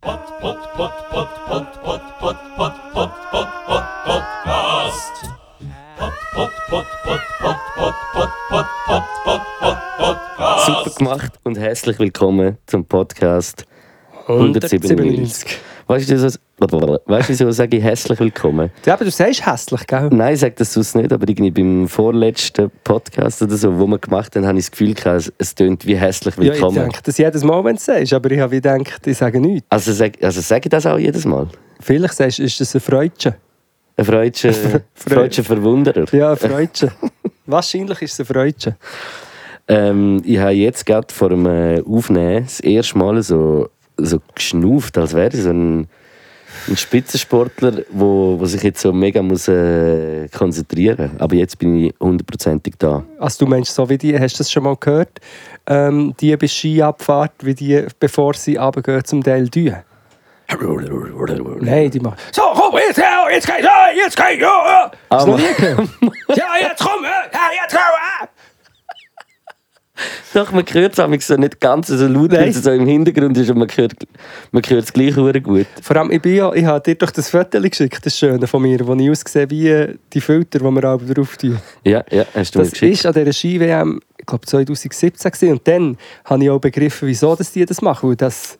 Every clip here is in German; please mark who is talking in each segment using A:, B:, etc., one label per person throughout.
A: Pott, Pott, Pott, Pott, Pott, Pott, Pott, Pott, Pott, Pott, Pott, Podcast. Pott, Pott, Pott, Pott, Pott, Pott, Pott, Pott, Pott, Pott, Pott,
B: Super
A: Podcast.
B: gemacht und herzlich willkommen zum Podcast 197.
C: 197.
B: Weißt du, wieso- weißt du, wieso sage ich herzlich willkommen?
C: Ja, aber du sagst hässlich, gell?
B: Nein, ich sage das sonst nicht, aber irgendwie beim vorletzten Podcast oder so, wo wir gemacht haben, habe ich das Gefühl gehabt, es- es tönt wie herzlich
C: Ja, ich
B: willkommen.
C: denke das jedes Mal, wenn du es sagst, aber ich habe wie gedacht, ich sage nichts.
B: also, sag, also sage ich das auch jedes Mal.
C: Vielleicht sagst du, ist das ein Freudchen.
B: Ein freudscher freudscher Verwunderer.
C: Ja, ein Freudchen. Wahrscheinlich ist es ein Freudchen.
B: Ähm, ich habe jetzt gerade vor dem äh, Aufnehmen das erste Mal so, so geschnauft, als wäre ich so ein, ein Spitzensportler, wo, wo sich jetzt so mega muss, äh, konzentrieren muss. Aber jetzt bin ich hundertprozentig da.
C: Also du meinst, so wie die, hast du das schon mal gehört? Ähm, die bei Skiabfahrt, wie die, bevor sie runtergehen zum Teil Dü. Nein, die machen... So, komm, jetzt her, jetzt geht's, ja, jetzt geht's, ja, ja. Hast du noch nie gehört? eh. Ja, jetzt komm, ja, ja, jetzt komm,
B: Doch, man hört es aber so nicht ganz so laut,
C: Nein.
B: weil es so im Hintergrund ist und man hört, man hört es gleich verdammt gut.
C: Vor allem, ich, bin ja, ich habe dir doch das Foto geschickt, das Schöne von mir, wo ich aussehe wie äh, die Filter, die wir auch drauf tun.
B: Ja, ja, hast du mir
C: Das
B: geschickt.
C: ist an dieser Ski-WM, ich glaube, 2017 gewesen. Und dann habe ich auch begriffen, wieso dass die das machen. Weil das,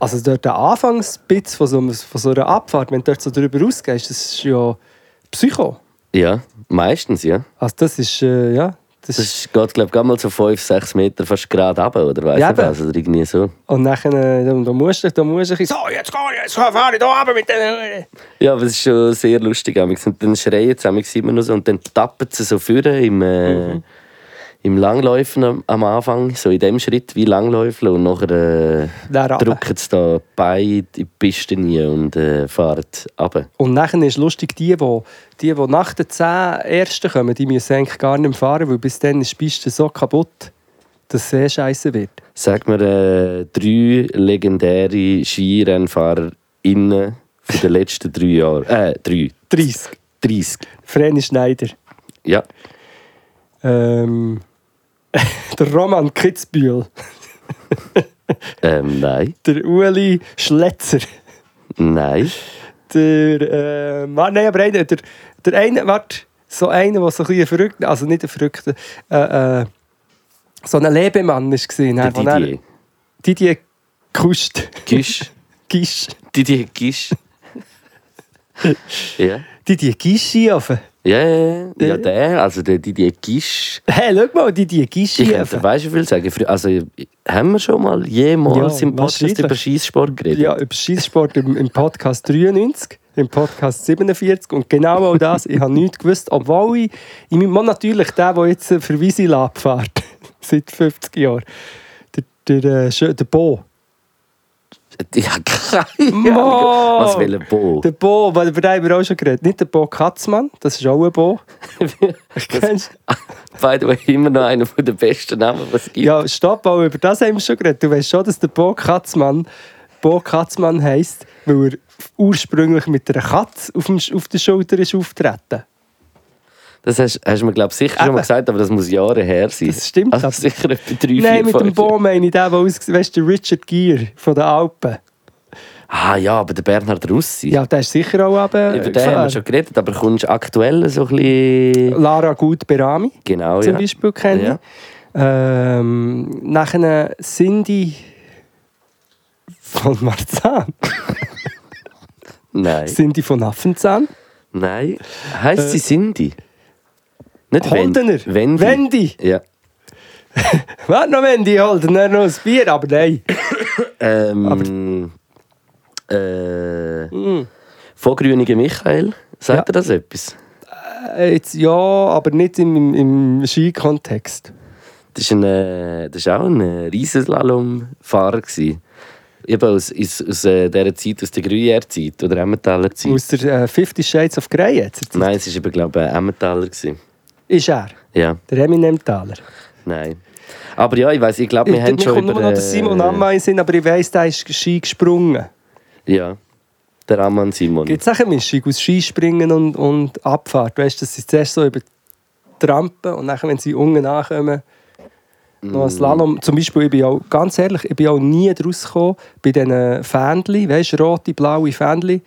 C: also dort der Anfangsspitz von so, einem- von so einer Abfahrt, wenn du dort so drüber rausgehst, das ist ja Psycho.
B: Ja, meistens, ja.
C: Also das ist, äh, ja... Das
B: Das
C: ist,
B: ist- geht, glaube ich, gerade mal so 5, 6 Meter fast gerade runter, oder weißt
C: Ja,
B: du
C: eben.
B: was? Oder irgendwie so.
C: und nachher, äh, da da musst du, da musst du, ein bisschen, so, jetzt geh, jetzt fahre ich da runter mit den...
B: Ja, aber es ist schon sehr lustig. manchmal. Und dann schreien sie manchmal immer noch so und dann tappen sie so vorne im, äh, im Langläufen am, am Anfang, so in dem Schritt wie Langläufeln und nachher äh,
C: Dann runter.
B: drücken sie da beide in die Piste rein und äh, fahren runter.
C: Und nachher ist lustig, die, die, die, die nach den 10 Ersten kommen, die müssen eigentlich gar nicht mehr fahren, weil bis dann ist die Piste so kaputt, dass es sehr scheiße wird.
B: Sag mir äh, drei legendäre SkirennfahrerInnen von den letzten drei Jahren. Äh, drei.
C: 30.
B: 30.
C: Vreni Schneider.
B: Ja.
C: Ähm, der Roman Kitzbühel.
B: Ähm, nein.
C: Der Ueli Schletzer.
B: Nein.
C: Der, äh, Mann, nein, aber einer, der, der eine, warte, so einer, der so ein bisschen ein verrückter, also nicht ein verrückter, äh, äh, so ein Lebemann war.
B: Der Didier.
C: Didier Kust.
B: Gisch.
C: Gisch.
B: Didier Gisch. ja.
C: Didier Gischiafen.
B: Ja, ja, ja. ja, der, also der Didier Gisch.
C: Hey, schau mal, Didier
B: Ich könnte
C: Gischiafen.
B: weißt du wie viel sagen. Frü- Also, haben wir schon mal jemals
C: Ja,
B: im Podcast
C: wahrscheinlich.
B: über Schießsport geredet?
C: Ja, über Schießsport im, im Podcast 93, im Podcast 47 und genau auch das, ich habe nichts gewusst, obwohl ich, ich mein Mann natürlich der, der jetzt äh, für Wiesel fährt, seit 50 Jahren, der, der, äh, Schö- der Bo.
B: Ich habe keine
C: Mann!
B: Ahnung. Was will ein Bo?
C: Der Bo, weil über den haben wir auch schon geredet. Nicht der Bo Katzmann, das ist auch ein Bo. Kennst du?
B: By the way, immer noch einer der besten Namen, was es gibt.
C: Ja, stopp, aber über das haben wir schon geredet. Du weißt schon, dass der Bo Katzmann Bo Katzmann heisst, weil er ursprünglich mit einer Katze auf, dem, Sch- auf der Schulter ist auftreten.
B: Das hast, hast du mir, glaube ich, sicher schon
C: Eben.
B: mal gesagt, aber das muss Jahre her sein.
C: Das stimmt,
B: Also
C: aber-
B: sicher etwa drei, vier,
C: Nein, mit dem
B: fünf
C: Bo meine ich den, der ausgesehen weißt du, Richard Gere von den Alpen.
B: Jahre. Ah ja, aber der Bernhard Russi.
C: Ja, der ist sicher auch eben.
B: Über den haben wir schon geredet, aber kommst du aktuell so ein bisschen...
C: Lara Gut Berami
B: Genau,
C: zum
B: ja.
C: Beispiel kenne ich.
B: Ja.
C: Ähm, nachher Cindy von Marzahn.
B: Nein.
C: Cindy von Affenzahn.
B: Nein. Heißt sie Cindy? Nicht
C: Äh, Holdener.
B: Wendy.
C: Wendy.
B: Ja.
C: Warte noch, Wendy Holdener, noch ein Bier, aber nein.
B: Ähm, äh, Vorgrünige Michael, sagt
C: Mm. Ja.
B: er das etwas?
C: Äh, Jetzt, ja, aber nicht im, im, im Skikontext.
B: Das war äh, das ist auch ein äh, Riesenslalom-Fahrer. gewesen. Eben aus, aus, aus äh, dieser Zeit, aus der Gruyère-Zeit oder Emmentaler Zeit.
C: Aus der äh, Fifty Shades of Grey jetzt.
B: Nein, es war eben, glaube ich, ein Emmentaler. gewesen.
C: Ist er,
B: Ja,
C: der Eminem-Taler.
B: nein. Aber ja, ich weiß, ich glaube, wir
C: Ich-
B: haben
C: mir
B: schon
C: kommt
B: über...
C: nur noch der
B: äh,
C: Simon Amma in den Sinn, aber ich weiss, der ist Ski gesprungen.
B: Ja, der Ammann Simon.
C: Gibt es auch eine Mischung aus Skispringen und, und Abfahrt? Weißt du, dass sie zuerst so über die Rampe und nachher, wenn sie unten ankommen,
B: Mm.
C: Noch ein Slalom. Zum Beispiel, ich bin auch, ganz ehrlich, ich bin auch nie draus gekommen bei diesen Fähnchen, weißt du, rote, blaue Fähnchen.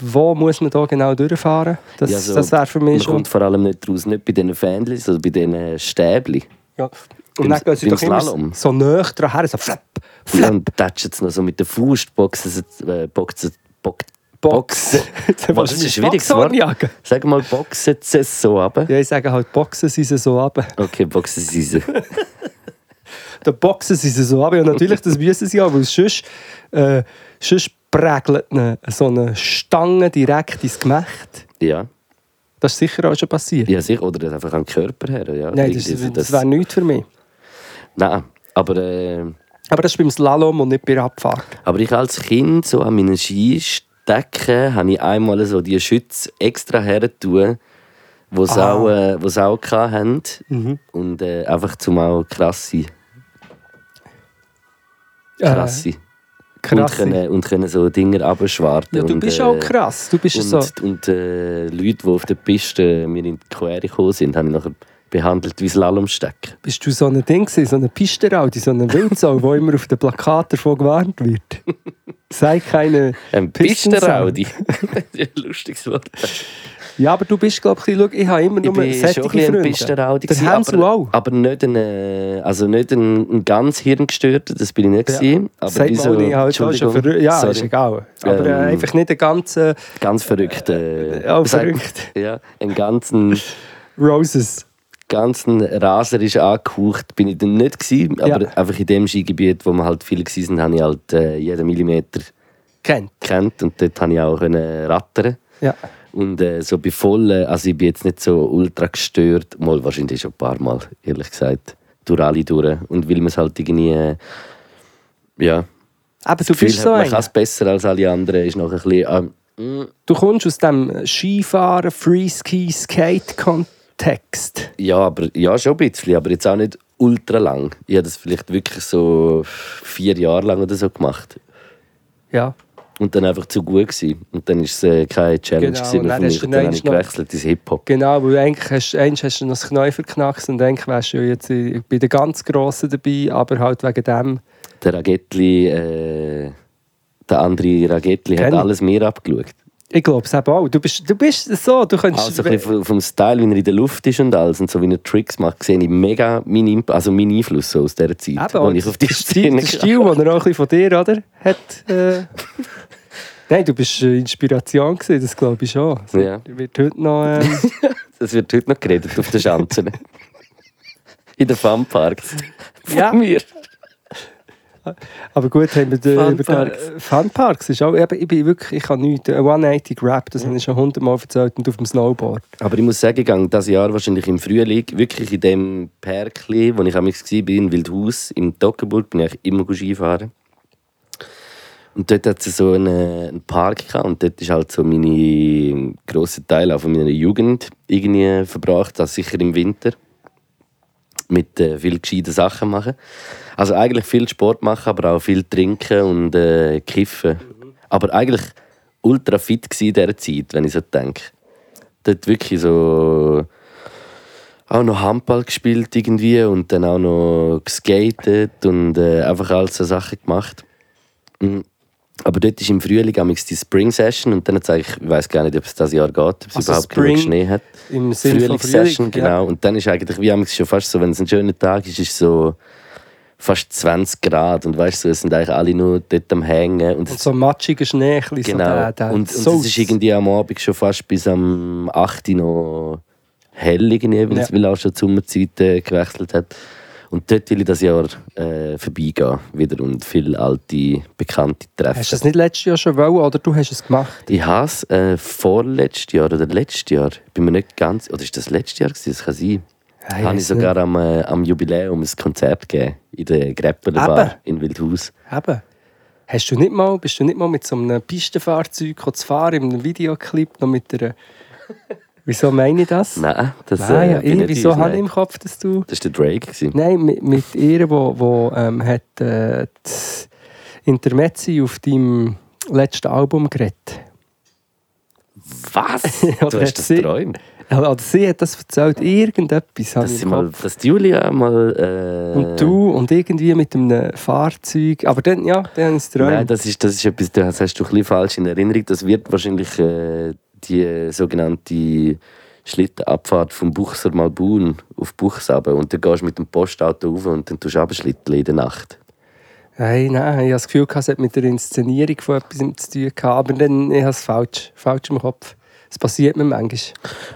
C: Wo muss man da genau durchfahren? Das,
B: Ja, so,
C: das wäre für
B: Man
C: mich schon.
B: kommt vor allem nicht raus, nicht bei diesen Fähnchen, sondern bei diesen Stäbchen.
C: Ja. Und
B: Beim-
C: dann gehen sie
B: beim
C: doch immer
B: Slalom.
C: so näher dran her, so flapp,
B: Und
C: flapp.
B: dann tätschelt es noch so mit der Faust, boxen sie, äh, boxen, box,
C: Box.
B: boxen. Was ist ein schwieriges Wort?
C: Boxhornjacke.
B: Sag mal, boxen sie es so ab?
C: Ja, ich sage halt, boxen sie sie so ab.
B: Okay, boxen sie es.
C: Da boxen sie sie so ab. Und natürlich, das müssen sie auch, weil sonst, äh, sonst prägelt ihnen so eine Stange direkt ins Gemächt.
B: Ja,
C: Das ist sicher auch schon passiert.
B: ja sicher. Oder das einfach am Körper her. Ja.
C: Nein, das,
B: Irgendwie so
C: das, wäre nichts für mich.
B: Nein, aber... Äh,
C: Aber das ist beim Slalom und nicht bei der Abfahrt.
B: Aber ich als Kind so an meinen Skistecken habe ich einmal so die Schütze extra hergetan, die sie
C: Ah.
B: auch, äh, wo sie auch hatten.
C: Mhm.
B: Und äh, einfach zum auch krass sein. Äh,
C: Äh,
B: Krass sein. und,
C: krass.
B: können, und können so Dinger abschwarten.
C: Ja, du
B: und,
C: bist
B: äh,
C: auch krass. Du bist
B: Und,
C: so.
B: und äh, Leute, die auf der Piste mir in die Quere gekommen sind, habe ich nachher behandelt wie Slalomstecken.
C: Bist du so ein Ding gewesen, so eine Pisteraldi, so eine Wildsau, wo immer auf den Plakaten davon gewarnt wird? Sei keine
B: Ein
C: Pistensau.
B: Pistenraudi. Lustiges Wort.
C: Ja, aber du bist, glaube ich, schau, ich habe immer
B: Ich
C: nur
B: bin
C: solche
B: schon ein bisschen ein
C: Freunde.
B: Pistenraudi.
C: Das
B: gewesen,
C: haben sie
B: aber,
C: auch.
B: Aber nicht ein, äh, also nicht ein, ein ganz Hirngestörter, das bin ich nicht.
C: Ja.
B: gewesen. Aber
C: Sagt
B: wieso-
C: man auch nicht, halt, das ist ja,
B: Entschuldigung,
C: verrü- ja ist
B: sorry,
C: egal.
B: Ähm,
C: Aber äh, einfach nicht ein ganzer
B: ganz verrückt. Äh,
C: auch
B: sagt-
C: verrückt.
B: Ja, einen ganzen,
C: Roses.
B: ganzen Raser ist angehaucht, bin ich dann nicht gewesen, aber
C: Ja.
B: einfach in dem Skigebiet, wo wir halt viel gewesen sind, habe ich halt äh, jeden Millimeter
C: Kennt.
B: kennt und dort habe ich auch können rattern.
C: Ja.
B: Und äh, so bei vollen, also ich bin jetzt nicht so ultra gestört, mal wahrscheinlich schon ein paar Mal, ehrlich gesagt, durch alle durch. Und weil man es halt irgendwie, äh, ja,
C: Aber du
B: Gefühl
C: bist
B: hat,
C: so
B: man
C: ein.
B: kann es besser als alle anderen, ist noch ein bisschen, ähm,
C: Du kommst aus dem Skifahren, Freeski, Skate-Kontext.
B: ja, aber, ja, schon ein bisschen, aber jetzt auch nicht ultra lang. Ich habe das vielleicht wirklich so vier Jahre lang oder so gemacht.
C: Ja.
B: Und dann einfach zu gut gewesen. Und dann war es äh, keine Challenge
C: Genau,
B: gewesen
C: und
B: mehr
C: dann
B: für mich.
C: hast du
B: Und dann habe ich
C: noch-
B: gewechselt ins Hip-Hop.
C: Genau, weil eigentlich hast, eigentlich hast du noch das Knie verknackst und eigentlich wärst du ja jetzt äh, bei den ganz Grossen dabei, aber halt wegen dem.
B: Der Ragettli, äh, der andere Ragettli hat
C: Kenn ich.
B: alles mir abgeschaut.
C: Ich glaube es eben auch. Du bist, du bist so, du könntest...
B: Also ein bisschen vom- vom Style, wie er in der Luft ist und alles und so wie er Tricks macht, sehe ich mega meinen, Imp- also meinen Einfluss so aus dieser Zeit,
C: Eben,
B: wo
C: und
B: ich auf die
C: der Stil,
B: Szene
C: der Stil, den er auch ein bisschen von dir oder? hat. Äh. Nein, du bist äh, Inspiration, gewesen, das glaube ich schon. Das
B: Ja.
C: wird heute noch. Äh,
B: Das wird heute noch geredet auf den Schanzen. in den Funparks. Von
C: Ja.
B: mir.
C: aber gut, haben wir den,
B: Fun
C: über den
B: Parks.
C: Funparks. Ist auch, eben, ich bin wirklich, ich habe nichts. Äh, 180 Rap, das habe ich schon hundertmal erzählt und auf dem Snowboard.
B: Aber ich muss sagen, ich gehe dieses Jahr wahrscheinlich im Frühling wirklich in dem Perkli, wo ich am war, in Wildhaus, in Toggenburg, bin ich immer Skifahren. Und dort hat es so einen, einen Park gehabt und dort ist halt so meine grossen Teil auch von meiner Jugend irgendwie verbracht, das sicher im Winter. Mit äh, viel gescheiten Sachen machen. Also eigentlich viel Sport machen, aber auch viel trinken und äh, kiffen. Aber eigentlich ultra fit gsi in dieser Zeit, wenn ich so denke dort wirklich so auch noch Handball gespielt irgendwie und dann auch noch geskatet und äh, einfach all so Sachen gemacht. Mm. Aber dort ist im Frühling amigs die Spring Session und dann hat eigentlich, ich weiß gar nicht, ob es das Jahr geht, ob es
C: Also
B: überhaupt genug
C: Spring
B: Schnee hat.
C: Im Sinne von
B: Frühlingssession,
C: Frühling.
B: genau. Und dann ist eigentlich wie amigs schon fast so, wenn es ein schöner Tag ist, ist so fast 20 Grad und weißt du, es sind eigentlich alle nur dort am Hängen und es
C: Und so matschiger Schnee, ein bisschen so
B: Genau.
C: der, der
B: und und
C: Sauce.
B: es ist irgendwie am Abend schon fast bis am 8 Uhr noch hell, irgendwie, weil, es,
C: Ja.
B: weil auch schon die Sommerzeit äh, gewechselt hat. Und dort will ich das Jahr äh, vorbeigehen wieder und viele alte Bekannte treffen.
C: Hast du das nicht letztes Jahr schon wollen oder du hast es gemacht?
B: Ich habe es äh, vorletztes Jahr oder letztes Jahr, ich bin mir nicht ganz, oder ist das letztes Jahr gewesen? Das kann sein.
C: Ah, Ja, ich
B: habe ich
C: weiss
B: sogar am, äh, am Jubiläum ein Konzert gegeben in der Greppeler
C: Aber-
B: Bar in Wildhaus.
C: Eben. Hast du nicht mal, bist du nicht mal mit so einem Pistenfahrzeug gekommen zu fahren, in einem Videoclip, noch mit der... Wieso meine ich das?
B: Nein, das
C: Ah, ja,
B: äh, bin
C: ich,
B: nicht
C: wieso
B: ich,
C: habe ich Ne.
B: nein.
C: im Kopf, dass du...
B: Das war der Drake. Gewesen.
C: Nein, mit, mit ihr, wo, wo ähm, hat äh, das Intermezzi auf deinem letzten Album geredet.
B: Was?
C: Oder
B: Du
C: hat
B: hast das
C: sie-
B: geträumt?
C: Oder Also, sie hat das erzählt, irgendetwas habe
B: Dass,
C: ich
B: sie
C: im
B: mal,
C: Kopf.
B: dass die Julia mal. Äh,
C: Und du und irgendwie mit einem Fahrzeug. Aber dann, ja, dann habe ich es
B: Nein,
C: geträumt.
B: das ist, das ist etwas, das hast du ein bisschen falsch in Erinnerung. Das wird wahrscheinlich äh, die äh, sogenannte Schlittenabfahrt vom Buchser Malbun auf Buchs runter. Und dann gehst du mit dem Postauto rauf und dann tust du abschlitteln in der Nacht.
C: Nein, nein, ich habe das Gefühl, gehabt, es hat mit der Inszenierung von etwas zu tun gehabt. Aber dann, ich habe es falsch, falsch im Kopf. Es passiert mir manchmal.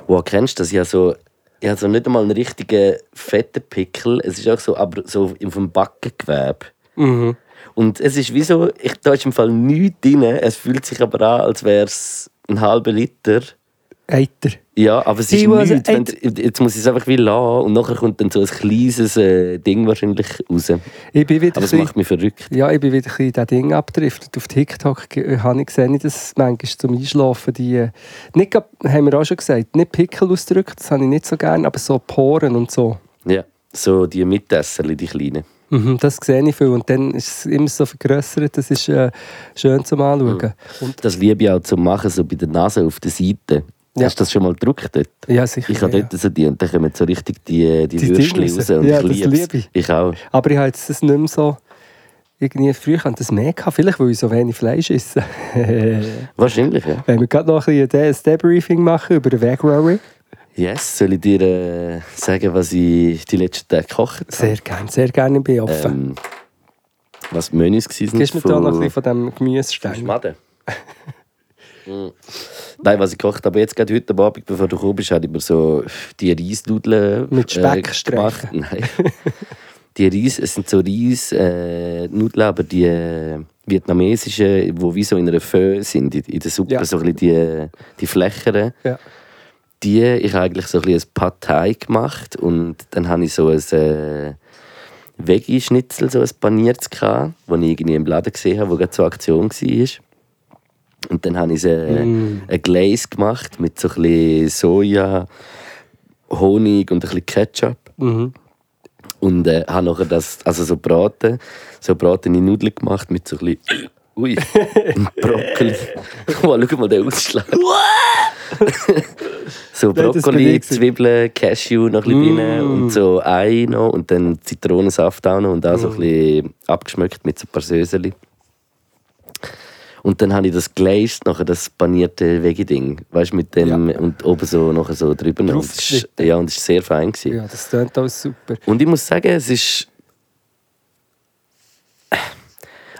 B: Wo kennst du das? Ich habe so, ich habe so nicht einmal einen richtigen fetten Pickel. Es ist auch so, aber so auf dem Backengewebe.
C: Mhm.
B: Und es ist wie so, ich, da ist im Fall nichts drin. Es fühlt sich aber an, als wäre es ein halber Liter.
C: Eiter.
B: Ja, aber es
C: He
B: ist
C: was
B: nichts. Wenn,
C: eight-
B: jetzt muss ich es einfach wie lassen und nachher kommt dann so ein kleines äh, Ding wahrscheinlich raus. Aber
C: Ich bin wieder
B: es
C: ein bisschen-
B: macht mich verrückt.
C: Ja, ich bin wieder ein bisschen in dieses Ding abgedriftet. Auf TikTok ge- äh, habe ich gesehen, dass manchmal zum Einschlafen die, äh, nicht, grad- haben wir auch schon gesagt, nicht Pickel ausdrückt, das habe ich nicht so gerne, aber so Poren und so.
B: Ja, so die Mitesserli, die kleinen.
C: Mhm, das sehe ich viel und dann ist es immer so vergrößert, das ist äh, schön zum Anschauen.
B: Das liebe ich auch zu machen, so bei der Nase auf der Seite.
C: Ja.
B: Hast du das schon mal gedrückt dort?
C: Ja, sicher.
B: Ich habe
C: ja.
B: dort so die und dann kommen so richtig die, die,
C: Die
B: Würstchen
C: Dinge raus.
B: raus. Und
C: Ja,
B: ich
C: das
B: lieb's.
C: liebe ich.
B: Ich auch.
C: Aber ich habe jetzt das nicht mehr so, irgendwie früher hatte ich das mehr gehabt, vielleicht weil ich so wenig Fleisch esse. Wenn
B: Wahrscheinlich, ja.
C: wir gerade noch ein bisschen ein Debriefing machen über den Wegrary.
B: Yes, soll ich dir äh, sagen, was ich die letzten Tage gekocht habe?
C: Sehr gerne, sehr gerne, ich bin offen.
B: Ähm, was die Menüs waren.
C: Gibst mir da noch ein bisschen von diesem Gemüsestängel?
B: Schmaden. Mm. Nein, was ich gekocht habe, jetzt gerade heute Abend, bevor du gekommen bist, habe ich mir so die Reisnudeln äh,
C: Mit Speck
B: gemacht. Nein. die Reis, es sind so Reisnudeln, äh, Nudeln, aber die äh, vietnamesischen, die wie so in einer Föh sind, in, in der Suppe,
C: Ja.
B: so ein bisschen die, die Flächeren
C: Ja.
B: die, ich habe eigentlich so ein, bisschen ein Partei gemacht und dann habe ich so ein äh, Veggie-Schnitzel, so ein paniertes gehabt, das ich irgendwie im Laden gesehen habe, wo gerade zur Aktion war. Und dann habe ich so äh,
C: Mm.
B: ein Glaze gemacht mit so ein bisschen Soja, Honig und ein bisschen Ketchup.
C: Mhm.
B: Und äh, habe nachher das, also so braten, so bratene Nudeln gemacht mit so ein bisschen, ui, Brokkoli. Wow, schau mal den Ausschlag. so
C: Nein, das bin
B: Brokkoli,
C: ich gewesen.
B: Zwiebeln, Cashew noch ein bisschen rein
C: Mm.
B: und so Ei noch und dann Zitronensaft auch noch und auch so
C: Mm.
B: ein bisschen abgeschmückt mit so ein paar Söseli. Und dann habe ich das glazed, nachher das panierte Veggie-Ding. Weißt du, mit dem. Und oben so, nachher so drüber. noch. Und es ist,
C: Draufgeschnitten.
B: ja, und es war sehr fein. Gewesen.
C: ja, das klingt alles super.
B: Und ich muss sagen, es ist.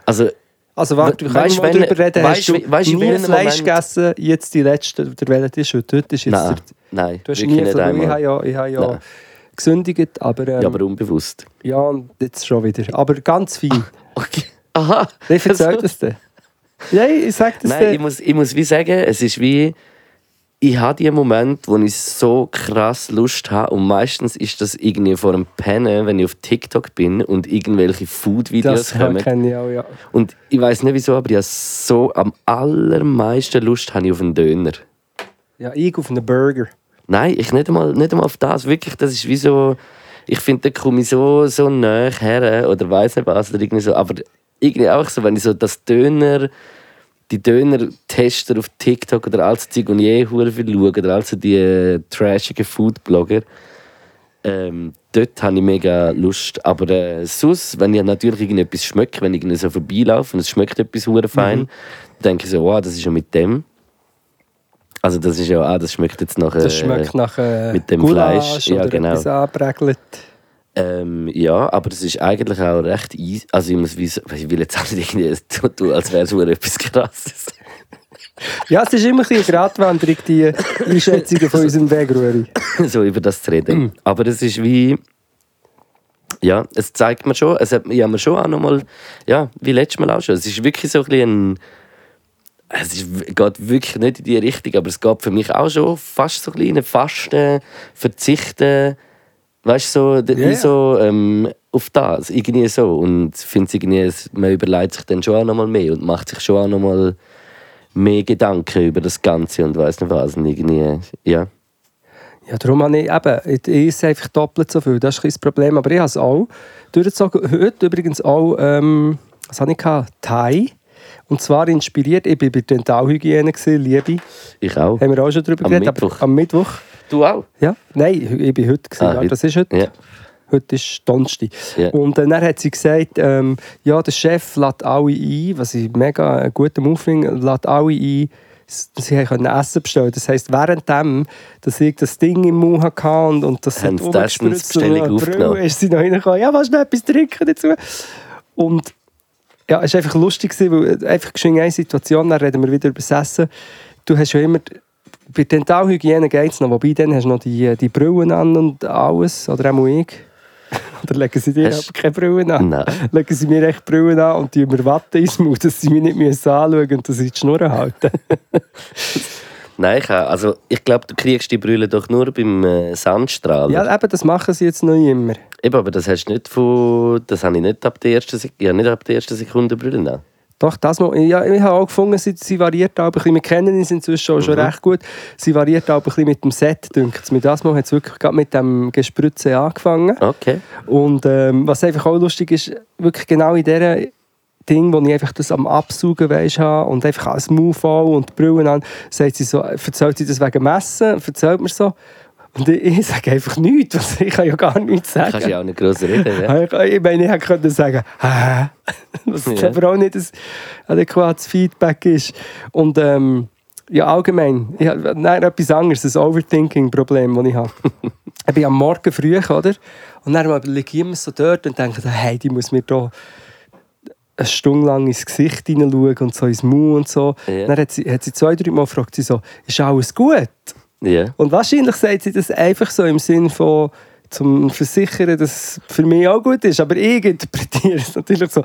B: Also,
C: Also warte,
B: We-
C: wir können
B: weißt,
C: mal
B: wenn-
C: darüber reden.
B: weißt,
C: hast du
B: weißt, in
C: nie
B: welchem
C: Fleisch
B: Moment-
C: gegessen, jetzt die letzte, oder welche ist heute? Heute ist jetzt
B: nein,
C: der,
B: nein,
C: du hast
B: wirklich
C: nie
B: nicht
C: Fleisch, ich
B: einmal.
C: habe ja, ich habe ja
B: Nein.
C: gesündigt, aber, ähm,
B: Ja,
C: ja,
B: aber unbewusst.
C: und jetzt schon wieder. Aber ganz fein.
B: Okay. Aha. Also,
C: Ich erzähle das dir. Ja, Also- ich sage das
B: Nein, ich
C: dir.
B: muss, ich muss wie sagen, es ist wie. Ich habe die Momente, wo ich so krass Lust habe. Und meistens ist das irgendwie vor einem Pennen, wenn ich auf TikTok bin und irgendwelche Food-Videos
C: Das
B: kommen.
C: kenne ich auch, ja.
B: Und ich weiß nicht wieso, aber ich habe so am allermeisten Lust habe ich auf einen Döner.
C: Ja, ich auf einen Burger.
B: Nein, ich nicht einmal, nicht einmal auf das. Wirklich, das ist wie so. Ich finde, da komme ich so, so näher her oder weiß nicht was. Oder irgendwie so. Aber irgendwie auch so, wenn ich so das Döner, die Döner-Tester auf TikTok oder all so Zeug und je hure viel schaue oder all so die äh, trashigen Food-Blogger, ähm, dort habe ich mega Lust. Aber äh, sonst, wenn ich natürlich irgendetwas schmecke, wenn ich irgendwie so vorbeilaufe und es schmeckt etwas
C: Mhm.
B: hure fein, denke ich so, wow, das ist ja mit dem. Also das ist ja, ah, das schmeckt jetzt nachher.
C: Das schmeckt nach äh,
B: mit dem
C: Gulasch
B: Fleisch, ja,
C: oder
B: genau.
C: etwas anprägelt.
B: Ähm, ja, aber es ist eigentlich auch recht easy. Also ich muss wie so- ich will jetzt auch nicht irgendwie so tun, als wäre es nur etwas krasses.
C: Ja, es ist immer ein bisschen eine Gratwanderung, die Einschätzungen von unserem Wegrührer.
B: so über das zu reden.
C: Mm.
B: Aber es ist wie. Ja, es zeigt mir schon, es hat ja, mir schon auch nochmal, ja, wie letztes Mal auch schon. Es ist wirklich so ein bisschen ein. Es ist, w- geht wirklich nicht in die Richtung, aber es geht für mich auch schon fast so ein bisschen in Fasten, Verzichten, weißt du, so, d-
C: Ja,
B: wie
C: ja.
B: so ähm, auf das, irgendwie so. Und ich finde es irgendwie, es- man überlegt sich dann schon auch nochmal mehr und macht sich schon auch nochmal mehr Gedanken über das Ganze und weiß nicht was. Und irgendwie, ja.
C: Ja, darum habe ich eben, ich esse einfach doppelt so viel, das ist ein bisschen das Problem, aber ich habe es auch durchgezogen. Heute übrigens auch, ähm, was habe ich gehabt? Thai. Und zwar inspiriert, ich war bei der Dentalhygiene, gewesen, Liebe,
B: Ich auch.
C: haben wir auch schon darüber
B: Am
C: geredet,
B: Mittwoch.
C: aber am Mittwoch.
B: Du auch?
C: Ja. Nein, hü- ich bin heute. Gewesen.
B: Ah,
C: Ja,
B: heute.
C: das ist heute.
B: Ja.
C: Heute ist Donnerstag.
B: Ja.
C: Und äh, dann hat sie gesagt, ähm, ja, der Chef lädt alle ein, was ich mega äh, einen guten Move finde, lädt alle ein, s- sie können Essen bestellen. Das heisst, währenddem, dass ich das Ding im Mund hatte und, und das
B: Haben sie die
C: rumgespritzt und
B: Essensbestellung
C: noch Brille,
B: aufgenommen?
C: ist sie noch reingekommen, ja, willst du noch etwas trinken dazu? Und ja, es war einfach lustig, gewesen, weil äh, einfach geschwind eine Situation, dann reden wir wieder über das Essen. Du hast ja immer, bei Dentalhygiene geht es noch, wobei dann hast du noch die, die Brillen an und alles, oder auch ich. Oder legen sie dir
B: Hast-
C: aber keine Brillen an?
B: Nein.
C: Legen sie mir echt Brillen an und die mir Watte ins Maul, dass sie mich nicht müssen anschauen und dass sie die Schnur halten.
B: Nein, ich, habe- also, ich glaube, du kriegst die Brille doch nur beim äh, Sandstrahler.
C: ja, eben, das machen sie jetzt noch immer.
B: Eben, aber das hast du nicht von. Das habe ich nicht ab der ersten Sekunde. Ja, nicht ab der ersten Sekunde Brille nehmen.
C: Doch, das mal. Ja, ich habe auch gefunden, sie, sie variiert auch ein bisschen. Wir kennen uns inzwischen auch
B: Mhm.
C: schon recht gut. Sie variiert auch ein bisschen mit dem Set, denkt mir. Das Mal hat es wirklich gerade mit dem Gespritzen angefangen.
B: Okay.
C: Und ähm, was einfach auch lustig ist, wirklich genau in dieser Ding, wo ich einfach das am Absaugen weiss, habe und einfach als Move an und die Brille an, sagt sie so, erzählt sie das wegen Messen, erzählt mir so. Und ich, ich sage einfach nichts, was ich kann ja gar nichts sagen.
B: Kannst ja auch nicht gross reden. Äh, Ja?
C: Ich, Also, ich meine, ich hätte können sagen «Hä?» was
B: Ja.
C: ja. aber auch nicht ein adäquates Feedback ist. Und ähm, ja, allgemein, ich habe nein, etwas anderes, ein Overthinking-Problem, das ich habe. ich bin am Morgen früh, oder? Und dann überlege ich immer so dort und denke, hey, die muss mir da eine Stunde lang ins Gesicht hineinschauen und so ins Mund und so.
B: Ja.
C: Dann hat sie, hat sie zwei, drei Mal gefragt, sie so, ist alles gut?
B: ja.
C: Und wahrscheinlich sagt sie das einfach so im Sinn von zum Versichern, dass es für mich auch gut ist. Aber ich interpretiere es natürlich so,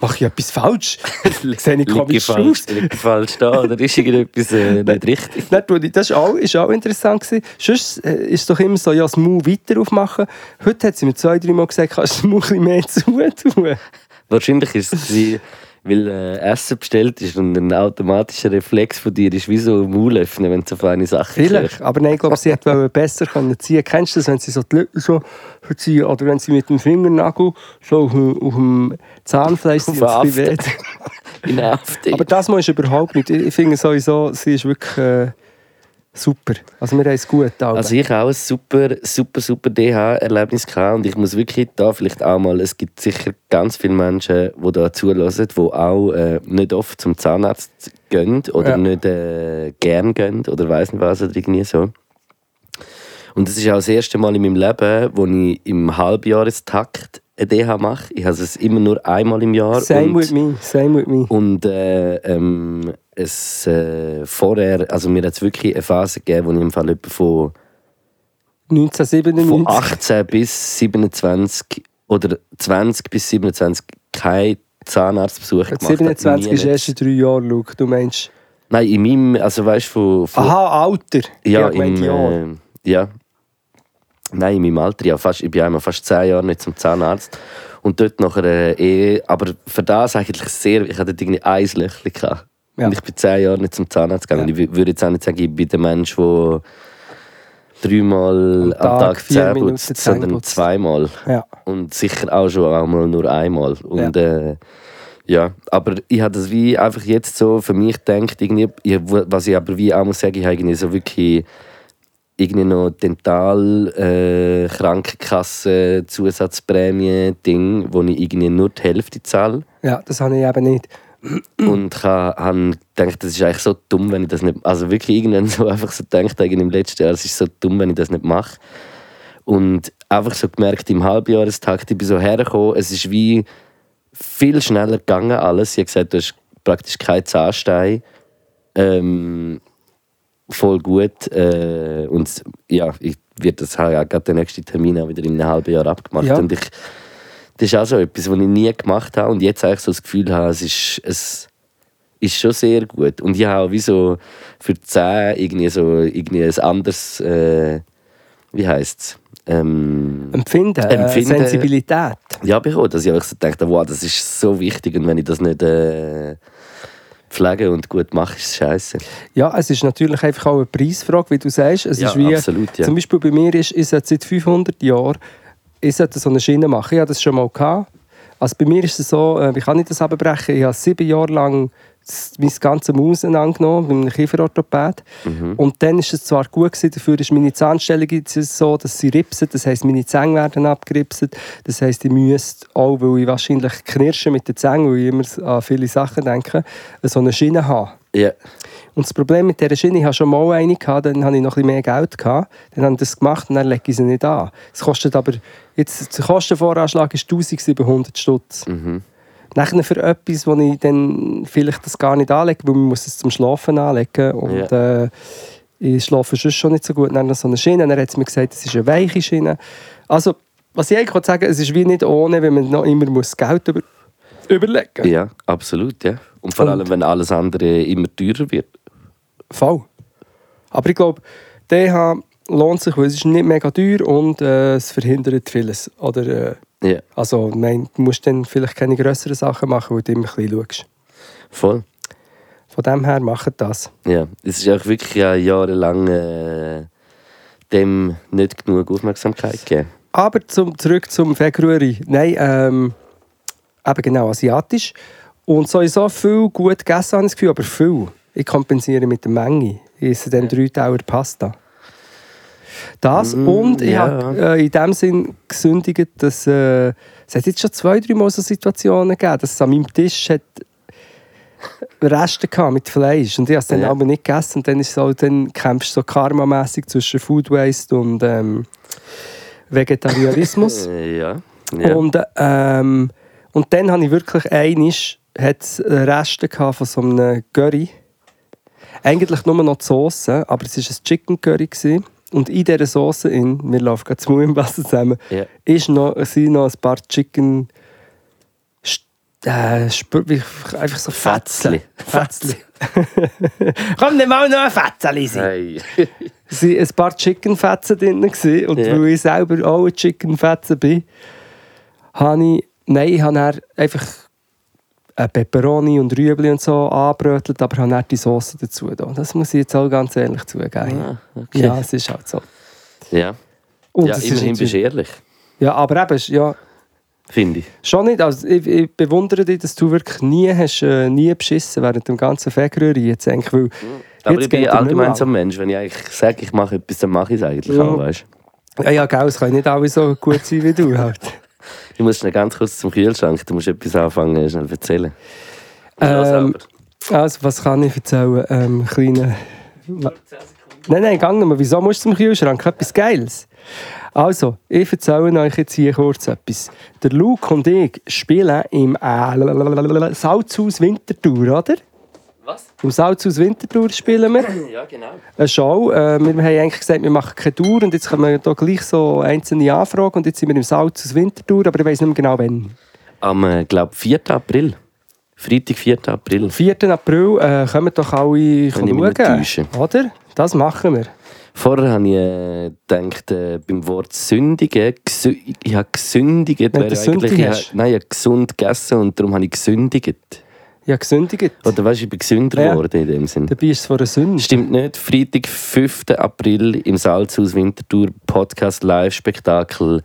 C: mache ich etwas falsch? Sehe ich
B: Liege
C: komisch
B: falsch,
C: aus?
B: liege falsch da oder ist irgendetwas äh, nicht richtig?
C: Nein, du, das war auch, ist auch interessant. Gewesen. Sonst äh, ist es doch immer so, ja, das Mund weiter aufmachen. Heute hat sie mir zwei, drei Mal gesagt, kannst du das Mund ein bisschen mehr zutun.
B: Wahrscheinlich ist es, gewesen, weil äh, Essen bestellt ist und ein automatischer Reflex von dir ist wie so ein Maul öffnen, wenn du so feine Sachen
C: Vielleicht, aber nein, ich glaube, sie hätte besser können ziehen Kennst du das, wenn sie so die Lippen so ziehen oder wenn sie mit dem Fingernagel so auf dem, auf dem Zahnfleisch
B: Auf
C: ziehen, dass es
B: After.
C: ein bisschen weht?
B: in der Haft.
C: Aber das mal ist überhaupt nicht. Ich finde sowieso, sie ist wirklich äh, super. Also wir haben es gut. Alben.
B: Also ich habe auch ein super, super, super DH-Erlebnis gehabt und ich muss wirklich da vielleicht auch mal, es gibt sicher ganz viele Menschen, die da zulassen, die auch äh, nicht oft zum Zahnarzt gehen oder
C: Ja.
B: nicht äh, gern gehen oder weiss nicht was oder irgendwie so. Und das ist auch das erste Mal in meinem Leben, wo ich im Halbjahrestakt eine DH mache. Ich habe es immer nur einmal im Jahr.
C: same
B: und-
C: with me, same with me.
B: und äh, ähm, es äh, vorher, also mir hat es wirklich eine Phase gegeben, wo ich im Fall etwa von, von
C: 1997.
B: 18 bis 27 oder 20 bis 27 keinen Zahnarztbesuch gemacht habe.
C: 27
B: Nie
C: ist erst in drei Jahren, Luke. Du meinst.
B: Nein, in meinem, also weißt du, von, von
C: Aha, Alter.
B: ja,
C: ich mein,
B: im,
C: Jahr.
B: äh, ja. Nein, in meinem Alter. Ja, fast, ich bin ja immer fast zehn Jahre nicht zum Zahnarzt. Und dort nachher äh, eh. Aber für das eigentlich sehr. Ich hatte dort irgendwie ein Löchchen. gehabt.
C: Ja.
B: Und ich bin zehn Jahre nicht zum Zahnarzt gegangen.
C: Ja.
B: Ich wü- würde jetzt auch nicht sagen, ich bin der Mensch, der dreimal am
C: Am Tag
B: Tag,
C: vier
B: Zähne
C: Minuten
B: putzt,
C: Zähne
B: sondern
C: putzt.
B: zweimal.
C: Ja.
B: Und sicher auch schon einmal nur einmal. Und ja. Äh, ja, aber ich habe das wie einfach jetzt so für mich gedacht, irgendwie, ich, was ich aber wie auch muss sagen, ich habe irgendwie so wirklich irgendwie noch Dental, äh, Krankenkasse, Zusatzprämie, Ding, wo ich irgendwie nur die Hälfte zahle.
C: ja, das habe ich eben nicht.
B: Und ich ha- han gedacht, das ist eigentlich so dumm, wenn ich das nicht. Also wirklich irgendwann so einfach so gedacht, eigentlich im letzten Jahr, es ist so dumm, wenn ich das nicht mache. Und einfach so gemerkt, im Halbjahrestakt, ich bin so hergekommen, es ist wie viel schneller gegangen alles. Sie hat gesagt, du hast praktisch keinen Zahnstein. Ähm, voll gut. Äh, und s- ja, ich wird das habe ja gerade den nächsten Termin auch wieder in einem halben Jahr abgemacht.
C: Ja.
B: Und ich, das ist auch so etwas, was ich nie gemacht habe und jetzt eigentlich so das Gefühl habe, es ist, es ist schon sehr gut. Und ich habe auch wie so für 10 irgendwie so irgendwie ein anderes, äh, wie heisst es? Ähm,
C: Empfinden,
B: Empfinden.
C: Äh, Sensibilität.
B: ja, bekommen, dass ich einfach so dachte, wow, das ist so wichtig und wenn ich das nicht äh, pflege und gut mache, ist es scheiße.
C: Ja, es ist natürlich einfach auch eine Preisfrage, wie du sagst. Es
B: Ja,
C: ist wie,
B: absolut, ja.
C: Zum Beispiel bei mir ist, ich sollte seit 500 Jahren ich sollte so eine Schiene machen. Ich ähm, hatte das schon mal. Gehabt. Also bei mir ist es so, äh, wie kann ich das abbrechen? Ich habe sieben Jahre lang das- mein ganzes Maus angenommen, mit einem Kieferorthopäd.
B: Mhm.
C: Und dann war es zwar gut, gewesen, dafür ist meine Zahnstellung jetzt so, dass sie ripsen, das heisst, meine Zähne werden abgeripset. Das heisst, ich müsste auch, weil ich wahrscheinlich knirsche mit den Zähnen, weil ich immer an viele Sachen denke, so eine Schiene haben.
B: Ja.
C: Und das Problem mit dieser Schiene, ich hatte schon mal eine, gehabt, dann hatte ich noch ein bisschen mehr Geld. Gehabt, dann habe ich das gemacht und dann lege ich sie nicht an. Es kostet aber, jetzt, der Kostenvoranschlag ist 1700 Stutz. Nachher für etwas, wo ich dann vielleicht das gar nicht anlege, weil man muss es zum Schlafen anlegen und äh, ich schlafe sonst schon nicht so gut. Dann noch so eine Schiene, dann hat es mir gesagt, es ist eine weiche Schiene. Also, was ich eigentlich wollte sagen es ist wie nicht ohne, wenn man noch immer muss Geld über überlegen muss.
B: ja, absolut. Ja. Und vor
C: Und-
B: allem, wenn alles andere immer teurer wird.
C: Voll. Aber ich glaube, DH lohnt sich, weil es ist nicht mega teuer und äh, es verhindert vieles. Oder, äh,
B: Ja,
C: also, ich mein, du musst dann vielleicht keine grösseren Sachen machen, weil du immer ein bisschen schaust.
B: voll.
C: Von dem her, macht das.
B: Ja, es ist auch wirklich auch jahrelang äh, dem nicht genug Aufmerksamkeit gegeben.
C: Aber zum, zurück zum Februari. Nein, ähm, eben genau, asiatisch. Und sowieso viel gut gegessen, habe ich das Gefühl, aber viel. Ich kompensiere mit der Menge. Ich esse dann drei Teller Pasta. Das und ich
B: Mm, ja.
C: habe äh, in dem Sinn gesündigt, dass äh, es hat jetzt schon zwei, drei Mal so Situationen gegeben, dass es an meinem Tisch hat Reste gehabt mit Fleisch und ich habe es dann
B: Ja.
C: aber nicht gegessen und dann, ist so, dann kämpfst du so karmamäßig zwischen Food Waste und ähm, Vegetarismus.
B: Äh, ja. ja.
C: Und, ähm, und dann habe ich wirklich einisch hat's Reste gehabt von so einem Curry. Eigentlich nur noch die Sauce, aber es war ein Chicken Curry. Gewesen. Und in dieser Sauce, in, wir laufen gerade zu im Wasser zusammen,
B: Ja.
C: ist noch, sind noch ein paar Chicken. Sch- Äh, Spür- wie- einfach so Fetzli.
B: Fetzli.
C: Fetzli. Komm, nimm mal noch ein Fetzli sein
B: Hey.
C: sind ein paar Chicken-Fetzen drin. gewesen. Und
B: Ja.
C: weil ich selber auch ein Chicken-Fetzen bin, habe ich, nein, ich habe dann einfach äh, Peperoni und Rüebli und so angebrötelt, aber habe dann die Soße dazu. getan. Das muss ich jetzt auch ganz ehrlich zugeben.
B: Ah, okay.
C: Ja, es ist halt so.
B: Ja,
C: Und
B: ja
C: es ist
B: immerhin bist du
C: natürlich-
B: ehrlich,
C: Ja, aber eben, es ist- ja,
B: finde ich.
C: schon nicht. Also ich, ich bewundere dich, dass du wirklich nie, hast, äh, nie beschissen während dem ganzen Feckrührer jetzt eigentlich, weil
B: Aber
C: jetzt
B: ich bin
C: geht er nicht mehr
B: allgemein
C: an.
B: so ein Mensch, wenn ich eigentlich sage, ich mache etwas, dann mache ich es eigentlich
C: Ja.
B: auch, weißt du?
C: Ja, ja, gell, es können nicht alle so gut sein wie du halt.
B: Ich muss schnell ganz kurz zum Kühlschrank, du musst etwas anfangen, schnell erzählen. Ja,
C: Ähm,
B: selber.
C: Also, was kann ich erzählen? Ähm, kleine... Nein, nein, gang nochmal. Wieso musst du zum Kühlschrank? Etwas Geiles. Also, ich erzähle euch jetzt hier kurz etwas. Der Luke und ich spielen im äh, Salzhaus Winterthur, oder?
B: Was?
C: Im Salzhaus Winterthur spielen wir
B: Ja, genau.
C: eine Show. Äh, wir haben eigentlich gesagt, wir machen keine Tour und jetzt kommen wir hier gleich so einzelne Anfragen und jetzt sind wir im Salzhaus Winterthur, aber ich weiß nicht mehr genau wann.
B: Am, äh, glaube 4. April. Freitag, 4. April.
C: 4. April äh, kommen doch alle
B: ich mich nicht
C: schauen,
B: täusche.
C: oder? Das machen wir.
B: Vorher habe ich äh, gedacht, äh, beim Wort sündigen, gesü ich habe gesündigt,
C: Wenn
B: wäre
C: du
B: ja eigentlich,
C: Sünde
B: ich
C: hast.
B: habe, nein, ich habe gesund gegessen und darum habe ich gesündigt.
C: Ja, gesündigt.
B: Oder weißt du, ich bin gesünder
C: Ja.
B: geworden in dem Sinn.
C: Dabei ist es von einer Sünde.
B: Stimmt nicht. Freitag, 5. April im Salzhaus Winterthur Podcast Live-Spektakel.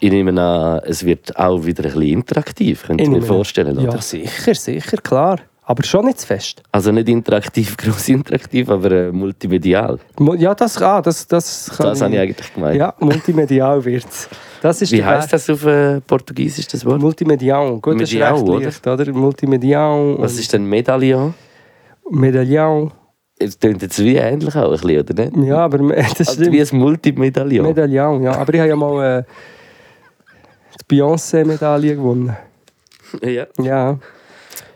B: Ich nehme an, es wird auch wieder ein bisschen interaktiv, könnt ihr
C: Ich
B: mir
C: nehme-
B: vorstellen,
C: Ja,
B: oder?
C: sicher, sicher, klar. Aber schon nicht zu fest.
B: Also nicht interaktiv, gross interaktiv, aber äh, multimedial.
C: Mu- Ja, das, ah, das, das kann
B: Das habe ich eigentlich gemeint.
C: Ja, multimedial wird es. Das ist
B: Wie
C: der
B: heißt
C: Weg.
B: das auf äh, Portugiesisch, das Wort?
C: Multimedial. Gut, das ist
B: Medial,
C: recht
B: oder?
C: leicht, oder? Multimedial
B: Was
C: und
B: ist denn Medaillon?
C: Medaillon.
B: Es klingt jetzt wie ähnlich auch ein bisschen, oder nicht?
C: Ja, aber me- das
B: Also wie
C: stimmt.
B: ein Multimedaillon.
C: Medaillon, ja. Aber ich habe ja mal äh, die Beyoncé-Medaille gewonnen.
B: ja.
C: Ja.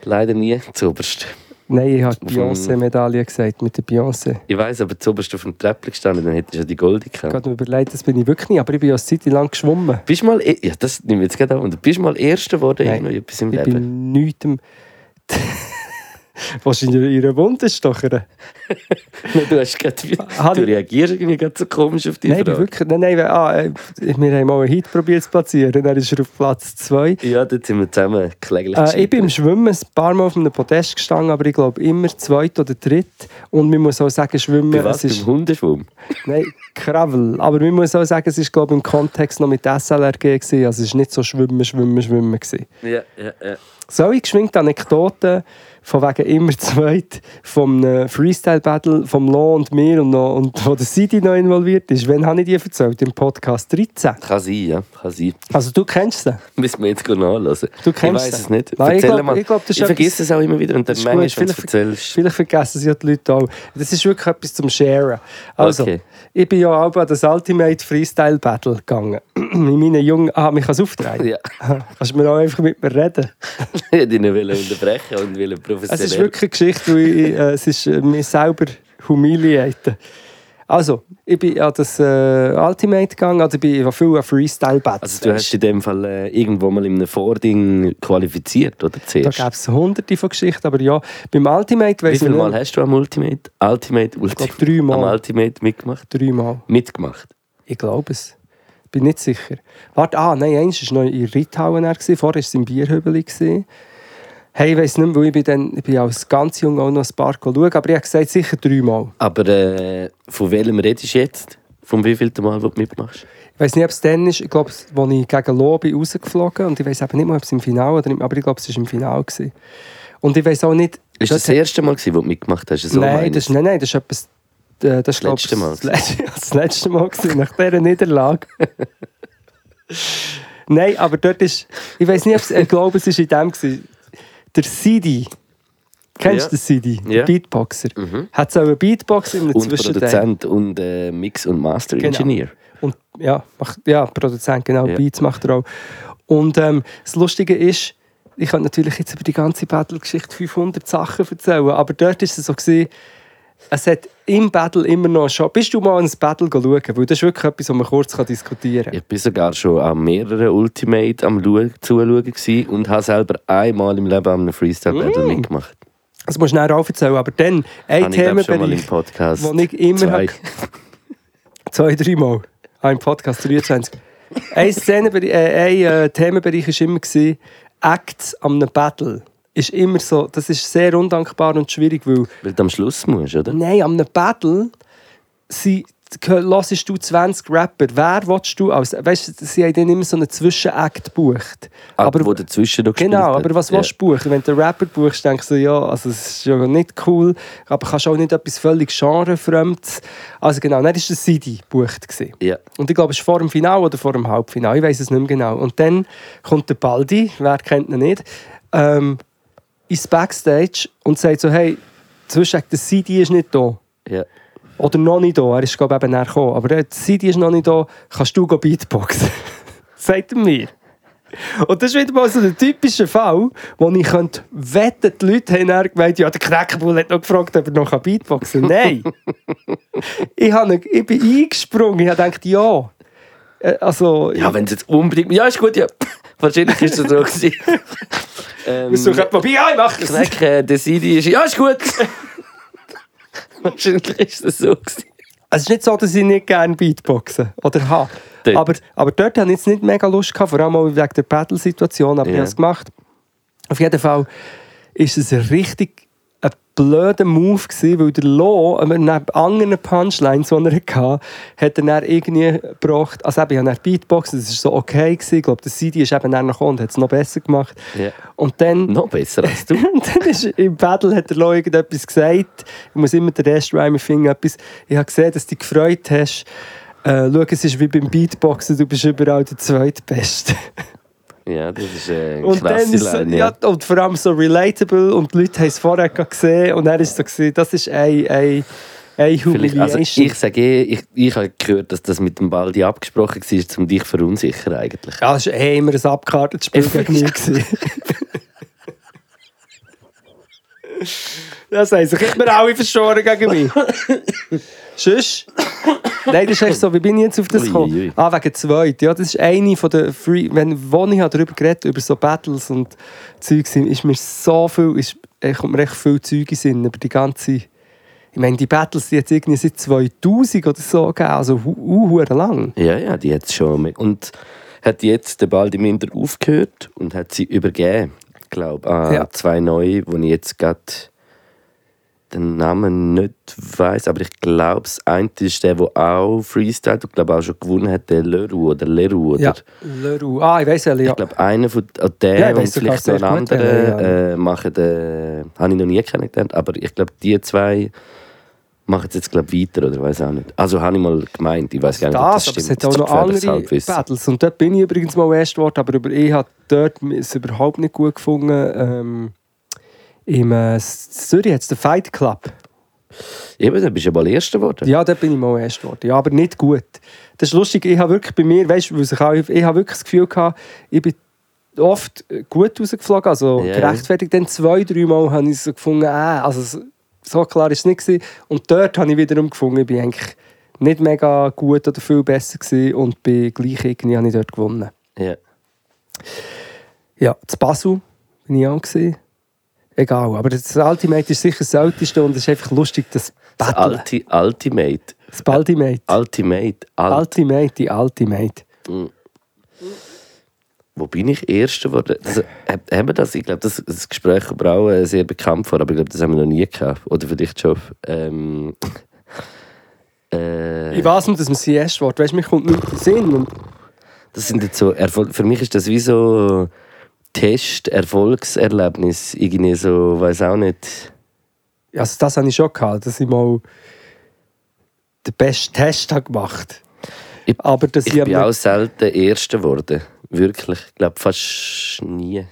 B: Leider nie, zuoberst.
C: Nein, ich habe die
B: Auf dem-
C: Beyoncé-Medaille gesagt, mit der Beyoncé.
B: Ich weiß, aber zuoberst auf dem Treppchen gestanden, dann hättest du ja die Goldie
C: Ich
B: gehabt.
C: habe mir überlegt, das bin ich wirklich nicht, aber ich bin ja eine Zeit lang geschwommen.
B: Bist du mal, e- ja, das nehme ich jetzt gerade an, du bist mal Erster geworden
C: Nein,
B: in etwas im
C: Ich
B: Leben.
C: bin nichtem. Wahrscheinlich ihre Wunde stochern.
B: Nein, du, hast gerade, wie-
C: Habe
B: du
C: ich-
B: reagierst irgendwie gerade so komisch auf die
C: Nein, ich bin
B: Frage.
C: wirklich. Nein, nein, ah, äh, wir haben mal einen Hit probiert zu platzieren. Dann ist er auf Platz 2.
B: Ja, dort sind wir zusammen kläglich
C: Äh, ich bin im
B: gescheitert.
C: Schwimmen ein paar Mal auf einem Podest gestanden, aber ich glaube immer zweit oder dritt. Und man muss auch sagen, Schwimmen,
B: Bei
C: es
B: was? Beim
C: ist.
B: Hundeschwumm?
C: Nein, Kravel. Aber man muss auch sagen, es ist glaube im Kontext noch mit SLRG. Gewesen. Also es war nicht so Schwimmen, Schwimmen, Schwimmen. Gewesen.
B: Ja, ja, ja.
C: Soll ich geschwind die Anekdote von wegen immer zweit vom äh, Freestyle-Battle vom Lo und mir und, noch, und wo der Sidi noch involviert ist? Wann habe ich die erzählt? Im Podcast 13.
B: Kann sein, ja. Kann sein.
C: Also du kennst sie.
B: Müssen wir jetzt gut nachlassen.
C: Du kennst
B: Ich weiß
C: sie.
B: es nicht.
C: Nein, ich
B: Erzähl
C: glaub-
B: mal.
C: ich glaub, das ist
B: ich vergesse
C: etwas-
B: es auch immer wieder. Und dann
C: ist gut.
B: manchmal, wenn du es
C: Vielleicht-
B: erzählst,
C: Vielleicht vergessen sie ja die Leute auch. Das ist wirklich etwas zum Sharen. Also,
B: Okay.
C: ich bin ja auch an das Ultimate Freestyle Battle gegangen. In meinen jungen... Ah, mich kann es auftreten?
B: Ja.
C: Kannst du mir auch einfach mit mir reden?
B: hätte ich ihn wollen unterbrechen und will professionell.
C: Es ist wirklich eine Geschichte, weil ich, äh, es ist äh, mir selber humiliaten. Also, ich bin an das äh, Ultimate gegangen, also ich bin an vielen Freestyle Battles.
B: Also du hast in dem Fall äh, irgendwo mal in einem Vording qualifiziert, oder
C: da
B: zuerst?
C: gäbe es hunderte von Geschichten, aber ja, beim Ultimate
B: Wie
C: weiss ich
B: viel
C: nicht.
B: Mal hast du am Ultimate, Ultimate, Ultimate,
C: glaub, dreimal.
B: am Ultimate mitgemacht?
C: Dreimal.
B: Mitgemacht.
C: Ich glaube es. Bin nicht sicher. Warte, ah, nein, eins war noch in Ritthauen. er gewesen, Vorher war es im Bierhübeli. gewesen. Hey, ich weiß nicht mehr, weil ich bin, dann, ich bin als ganz jung auch noch ein paar schauen, aber ich habe gesagt, sicher dreimal.
B: Aber äh, von welchem redest du jetzt? Von wievielten Mal, wo du mitmachst?
C: Ich weiß nicht, ob es dann ist, ich glaube, es- als ich gegen Lobby rausgeflogen und ich weiß eben nicht mal, ob es im Finale oder im, aber ich glaube, es war im Finale. Gewesen. Und ich weiß auch nicht...
B: Ist das,
C: das
B: das erste Mal, gewesen, wo du mitgemacht hast? So meine
C: nein,
B: ich.
C: das, nein, nein, das ist etwas... äh, Das, ist, glaub ich,
B: letzte Mal.
C: Das letzte, das letzte Mal gewesen, nach dieser Niederlage. nein, aber dort ist... Ich weiß nicht, ob es... Ich glaube, es war in dem... Gewesen. Der Sidi... Kennst
B: Ja.
C: du den Sidi?
B: Ja. Mhm.
C: Der Beatboxer. Hat so einen Beatboxer in der
B: Und
C: Zwischenzeit.
B: Produzent und äh, Mix- und
C: Genau.
B: Master-Engineer.
C: Und ja, macht, ja Produzent, genau,
B: Ja.
C: Beats macht er auch. Und ähm, das Lustige ist, ich kann natürlich jetzt über die ganze Battle-Geschichte 500 Sachen erzählen, aber dort war es so, gewesen, es hat im Battle immer noch schon. Bist du mal ins Battle schauen? Weil das ist wirklich etwas, was man kurz kann diskutieren kann.
B: Ich war sogar schon an mehreren Ultimate am Lu- Zuschauen gewesen und habe selber einmal im Leben an einem
C: Mm.
B: Freestyle-Battle mitgemacht.
C: Das musst du nachher auch erzählen. Aber dann, ein
B: Habe ich glaub, schon mal im
C: Themenbereich,
B: Podcast.
C: wo ich immer
B: zwei.
C: hab- zwei, dreimal. Ah, im Podcast 23. ein, Szenenbere äh, ein äh, Themenbereich war immer gewesen, Acts am einem Battle. Ist immer so, das ist sehr undankbar und schwierig, weil
B: Weil du am Schluss musst, oder?
C: nein, am einem Battle sie hörst du 20 Rapper. Wer willst du als... Weißt du, sie haben dann immer so einen Zwischenact gebucht.
B: Aber wo dazwischen noch gespielt
C: Genau,
B: hat.
C: aber was
B: Ja.
C: willst du buchen? Wenn du einen Rapper buchst, denkst du, ja, also es ist ja nicht cool, aber kannst auch nicht etwas völlig genrefremdes. Also genau, dann war der Sidi gebucht. gewesen.
B: Ja.
C: Und ich glaube, es war vor dem Finale oder vor dem Halbfinale, ich weiß es nicht mehr genau. Und dann kommt der Baldi, wer kennt ihn nicht, ähm, ins Backstage und sagt so, hey, zwischen der Sidi ist nicht da.
B: Ja.
C: Oder noch nicht da, er ist glaube ich eben näher gekommen. Aber der Sidi ist noch nicht da, kannst du go Beatboxen? Sagt er mir. Und das ist wieder mal so der typische Fall, wo ich könnte wetten, die Leute haben dann gemeint, ja, der Knäckebull hat noch gefragt, ob er noch Beatboxen kann. Nein! ich, habe, ich bin eingesprungen, ich habe gedacht, ja. Äh, Also,
B: Ja, wenn es jetzt unbedingt. Ja, ist gut, ja. Wahrscheinlich ist es so. gewesen. ähm,
C: ich suche jemanden, ja, ich mache es.
B: Knack, äh, der Sidi ist. Ja, ist gut. Wahrscheinlich ist es so. gewesen.
C: Also, Es ist nicht so, dass ich nicht gerne Beatboxen oder habe.
B: Dort.
C: Aber, aber dort hatte ich jetzt nicht mega Lust, gehabt, vor allem auch wegen der Battle-Situation, aber
B: Ja.
C: ich habe es gemacht. Auf jeden Fall ist es ein richtig ein blöder Move gewesen, weil der Lo, äh, neben anderen Punchlines, die er hatte, hat er dann irgendwie gebracht, also eben, ich habe dann Beatboxen, das war so okay, gewesen. ich glaube, der Sidi ist eben dann noch gekommen und hat es noch besser gemacht.
B: Ja.
C: Und dann...
B: Noch besser als du.
C: Und dann ist im Battle hat der Lo irgendetwas gesagt. Ich muss immer den Rest rhyme, ich finde etwas. Ich habe gesehen, dass du dich gefreut hast. Äh, schau, es ist wie beim Beatboxen, du bist überall der Zweitbeste.
B: Ja, das ist äh, eine
C: Und, dann
B: klasse
C: ist, so-
B: Line.
C: ja,
B: Ja.
C: und vor allem so relatable und die Leute haben es vorher gerade gesehen und er ist so gesehen, das ist ein, ein, ein
B: Vielleicht, also
C: Humiliation.
B: ich sage, eh, ich, ich habe gehört, dass das mit dem Baldi abgesprochen war, um dich zu verunsichern eigentlich.
C: ja, es war eh immer ein abgekartetes Spiel gegen mich. gewesen. Das haben sich immer alle verschoren gegen mich. Tschüss. Nein, das ist echt so, wie bin ich jetzt auf das
B: Ui, ui, ui.
C: gekommen? Ah, wegen zweit. Ja, das ist eine von den Free... Wenn, wo ich darüber geredet habe, über so Battles und Zeug, sind, ist mir so viel... Ist, eh, kommt mir echt viel Zeug in den Sinn über die ganze... Ich meine, die Battles, die jetzt irgendwie seit 2000 oder so gegeben, also hu, hu, hu lang.
B: Ja, ja, die hat es schon. mit- Und hat jetzt der Baldi minder aufgehört und hat sie übergeben, glaube ich, an
C: Ja.
B: zwei neue, die ich jetzt gerade den Namen nicht weiß, aber ich glaube, das eine ist der, der auch Freestyle und glaube auch schon gewonnen hat, der Leroux oder Leroux. Oder?
C: Ja. Leroux. Ah, ich weiß ja, ja.
B: Ich glaube, einer von ah, der
C: Ja, ich
B: und
C: weiss sogar
B: vielleicht noch ein
C: sehr gut,
B: anderer
C: wer,
B: äh, machen den. Habe ich noch nie kennengelernt, aber ich glaube, die zwei machen es jetzt glaub, weiter oder weiß auch nicht. Also habe ich mal gemeint, ich weiß gar nicht, ob das
C: Also
B: halt
C: das, aber
B: stimmt.
C: es hat auch
B: ist gefährliches
C: noch andere
B: Halbwissen.
C: Battles. Und dort bin ich übrigens mal erst geworden, aber über- ich habe dort es überhaupt nicht gut gefunden. Ähm, Im äh, Zürich hat es den Fight Club.
B: Eben, du bist ja mal Erster geworden.
C: Ja, dort bin ich mal erst geworden. Ja, aber nicht gut. Das ist lustig, ich habe wirklich bei mir, weißt du, weil sich auch- ich habe wirklich das Gefühl gehabt, ich bin oft gut rausgeflogen, also
B: Ja.
C: gerechtfertigt. Dann zwei, drei Mal habe ich so gefunden, äh, also so- so klar ist es nicht gewesen. Und dort habe ich wiederum gefunden, ich bin eigentlich nicht mega gut oder viel besser gewesen und bin gleich irgendwie habe ich dort gewonnen.
B: Ja.
C: Ja, zu Basel bin ich auch gewesen. Egal, aber das Ultimate ist sicher das Älteste und es ist einfach lustig, das
B: Das
C: Battle.
B: Ulti Ultimate.
C: Das Ultimate.
B: Ultimate. Alt.
C: Ultimate, die Ultimate.
B: Wo bin ich Erster geworden? Also, hab- haben wir das? Ich glaube, das, das Gespräch kommt mir auch äh, sehr bekannt vor, aber ich glaube, das haben wir noch nie gehabt. Oder vielleicht schon. Ähm, äh,
C: Ich weiß nicht, dass man sie erst wird. Weißt du, mir kommt nichts in den Sinn. Und
B: Das sind jetzt so Erfol für mich ist das wie so Test Erfolgserlebnis irgendwie so weiß auch nicht.
C: also das habe ich schon gehabt, dass ich mal den besten Test habe gemacht
B: Ich-
C: Aber dass
B: Ich
C: ich,
B: bin
C: am-
B: auch selten Erster geworden, wirklich. Ich glaube fast nie.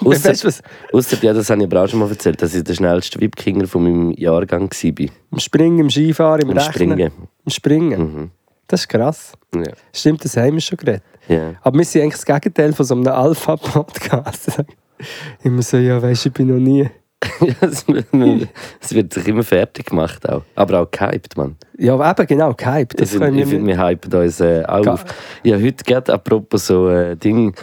B: Ausser-
C: Weißt du was?
B: Ausser, ja, das habe ich aber auch schon mal erzählt, dass ich der schnellste Wipkinger von meinem Jahrgang war.
C: im Springen, im Skifahren, im,
B: Im
C: Rechnen.
B: Springen. Mhm.
C: Im Springen. Das ist krass.
B: Ja.
C: Stimmt, das haben wir schon geredet.
B: Ja.
C: Aber wir sind eigentlich das Gegenteil von so einem Alpha-Podcast. Immer so, ja, weißt du, ich bin noch nie.
B: es wird- es wird sich immer fertig gemacht auch. Aber auch gehypt, man.
C: Ja, aber eben genau, gehypt.
B: Ich
C: Das
B: finde,
C: können
B: ich
C: wir
B: find, wir hypen uns äh, auch
C: Ga-
B: auf. Ich habe heute gerade apropos so äh, Ding.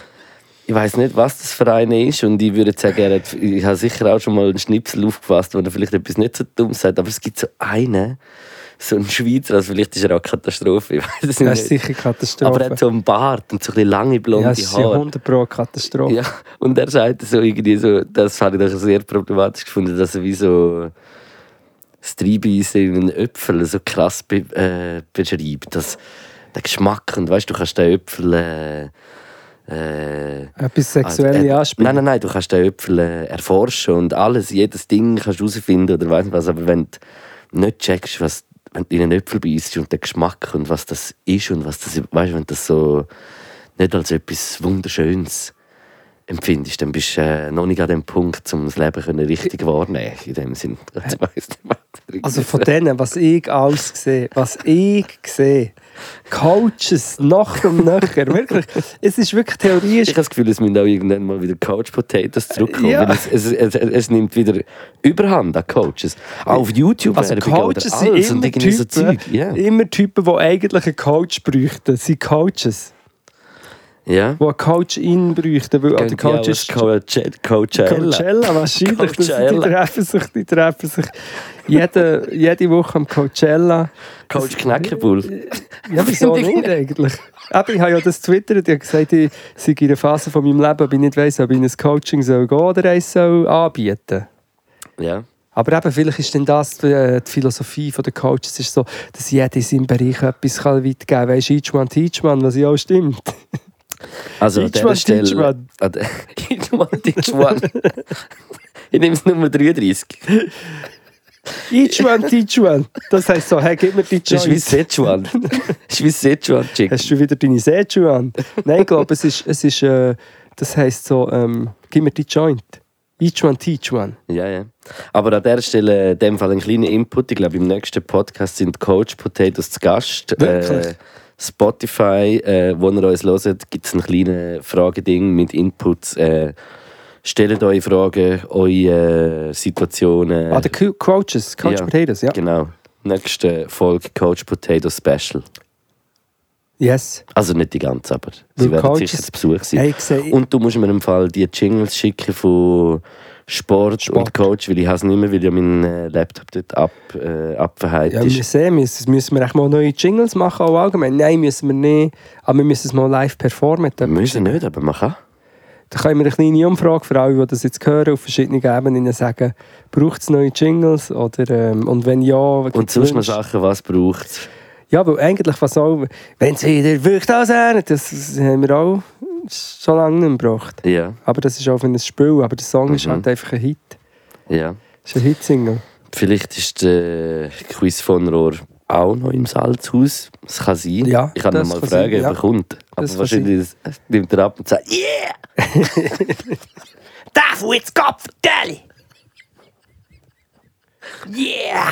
B: Ich weiß nicht, was das für einer ist und ich würde sagen, er hat, ich habe sicher auch schon mal einen Schnipsel aufgefasst, wo er vielleicht etwas nicht so dumm sagt, aber es gibt so einen, so einen Schweizer, also vielleicht ist er auch Katastrophe, ich weiß es
C: Das ist
B: nicht.
C: sicher Katastrophe.
B: Aber er hat so einen Bart und so ein bisschen lange blonde
C: ja, es ist ja
B: Haare.
C: 100 Pro Katastrophe.
B: Ja, und er sagt so irgendwie so, das habe ich doch sehr problematisch gefunden, dass er wie so das Treibeisen in einen Äpfel so krass be äh, beschreibt. Dass der Geschmack und weißt du, du kannst den Äpfel. Äh, äh,
C: Etwas sexuelle
B: also,
C: Anspielung.
B: Nein, nein, nein, du kannst den Äpfel äh, erforschen und alles, jedes Ding kannst du herausfinden oder weiss nicht was. Aber wenn du nicht checkst, was wenn du in einen Äpfel beißt und den Geschmack und was das ist und was das, weißt du, wenn du das so nicht als etwas Wunderschönes empfindest, dann bist du äh, noch nicht an dem Punkt, um das Leben können richtig wahrnehmen in dem Sinn. Ich weiss nicht, was ich-
C: Also von denen, was ich alles sehe, was ich sehe, Coaches nach und nachher, wirklich, es ist wirklich
B: ich
C: Theorie. Ist,
B: habe das Gefühl, es müssen auch irgendwann mal wieder Couch Potatoes zurückkommen.
C: Ja.
B: weil Es, es, es, es nimmt wieder Überhand an Coaches. Auch auf YouTube
C: also
B: Werbung oder
C: Coaches sind
B: alles und
C: immer
B: irgendwie so
C: Typen,
B: Zeug. Ja.
C: immer Typen, die eigentlich einen Coach bräuchten, sind Coaches,
B: ja.
C: die einen Coach in bräuchten, weil auch der
B: Gehen
C: Coach
B: die
C: ist
B: auch als Coach- Coachella.
C: Coachella wahrscheinlich. Das, die
B: Coachella.
C: treffen sich, die treffen sich jede, jede Woche am Coachella.
B: Coach Knäckebull.
C: Ja, wieso nicht eigentlich? Eben, ich habe ja das twittert, ich habe gesagt, ich sei in einer Phase von meinem Leben, ob ich nicht weiss, ob ich in ein Coaching soll gehen oder eins soll anbieten
B: Ja.
C: aber eben, vielleicht ist denn das äh, die Philosophie der Coaches, ist so, dass jeder in seinem Bereich etwas kann weitergeben kann. Weißt du, each man, teach man, was ja auch stimmt.
B: Also an
C: Each
B: dieser
C: one, teach
B: Stelle...
C: one.
B: an der- Each one, teach one. Ich nehme es Nummer 33.
C: Each man, teach man. Das heisst so, hey, gib mir die
B: Das ist wie
C: Chance.
B: Sichuan. Das ist wie Sichuan, Chick.
C: Hast du wieder deine Seju an? Nein, ich glaube, es ist, es ist äh, das heisst so, ähm, gib mir die Joint. Each one, teach one.
B: Ja, ja. Aber an der Stelle, äh, in dem Fall ein kleiner Input. Ich glaube, im nächsten Podcast sind Coach Potatoes zu Gast. Äh,
C: Wirklich?
B: Spotify, äh, wo ihr uns hört, gibt es ein kleines Frageding mit Inputs. Äh, stellt eure Fragen, eure äh, Situationen.
C: Ah, der Co Coaches, Coach
B: Ja.
C: Potatoes, ja.
B: Genau. Nächste Folge Coach Potato Special.
C: Yes.
B: Also nicht die ganze, aber
C: Weil
B: sie werden
C: Coaches-
B: sicher zu Besuch sein.
C: Hey, ich sehe-
B: und du musst mir im Fall die Jingles schicken von Sport, und
C: Sport.
B: Coach, weil ich habe es nicht mehr, weil ja mein äh, Laptop dort ab, äh, abverheilt
C: Ja, wir
B: ist.
C: sehen, müssen, müssen wir echt mal neue Jingles machen, auch allgemein. Nein, müssen wir nicht. Aber wir müssen es mal live performen.
B: Müssen nicht, aber man kann.
C: Da können wir eine kleine Umfrage für alle, die das jetzt hören, auf verschiedenen Ebenen sagen, braucht es neue Jingles? Oder, ähm, und wenn ja,
B: Und
C: gibt's
B: sonst noch
C: Wünsche?
B: Sachen, was braucht es?
C: Ja, weil eigentlich, was auch, wenn es wieder wirklich das wäre, das, das haben wir auch schon lange nicht mehr gebraucht.
B: Ja,
C: Aber das ist auch für ein Spiel, aber der Song ist
B: Mhm.
C: halt einfach ein Hit.
B: ja.
C: Das ist ein Hitsingle.
B: Vielleicht ist der Quiz von Rohr auch noch im Salzhaus. Das kann sein.
C: Ja,
B: ich kann ihn
C: das
B: mal
C: kann
B: fragen,
C: sein,
B: ob
C: ja.
B: er kommt. Aber
C: Das kann
B: wahrscheinlich nimmt er ab und sagt: Yeah!
D: Darf ich jetzt Kopf vertellen? Yeah!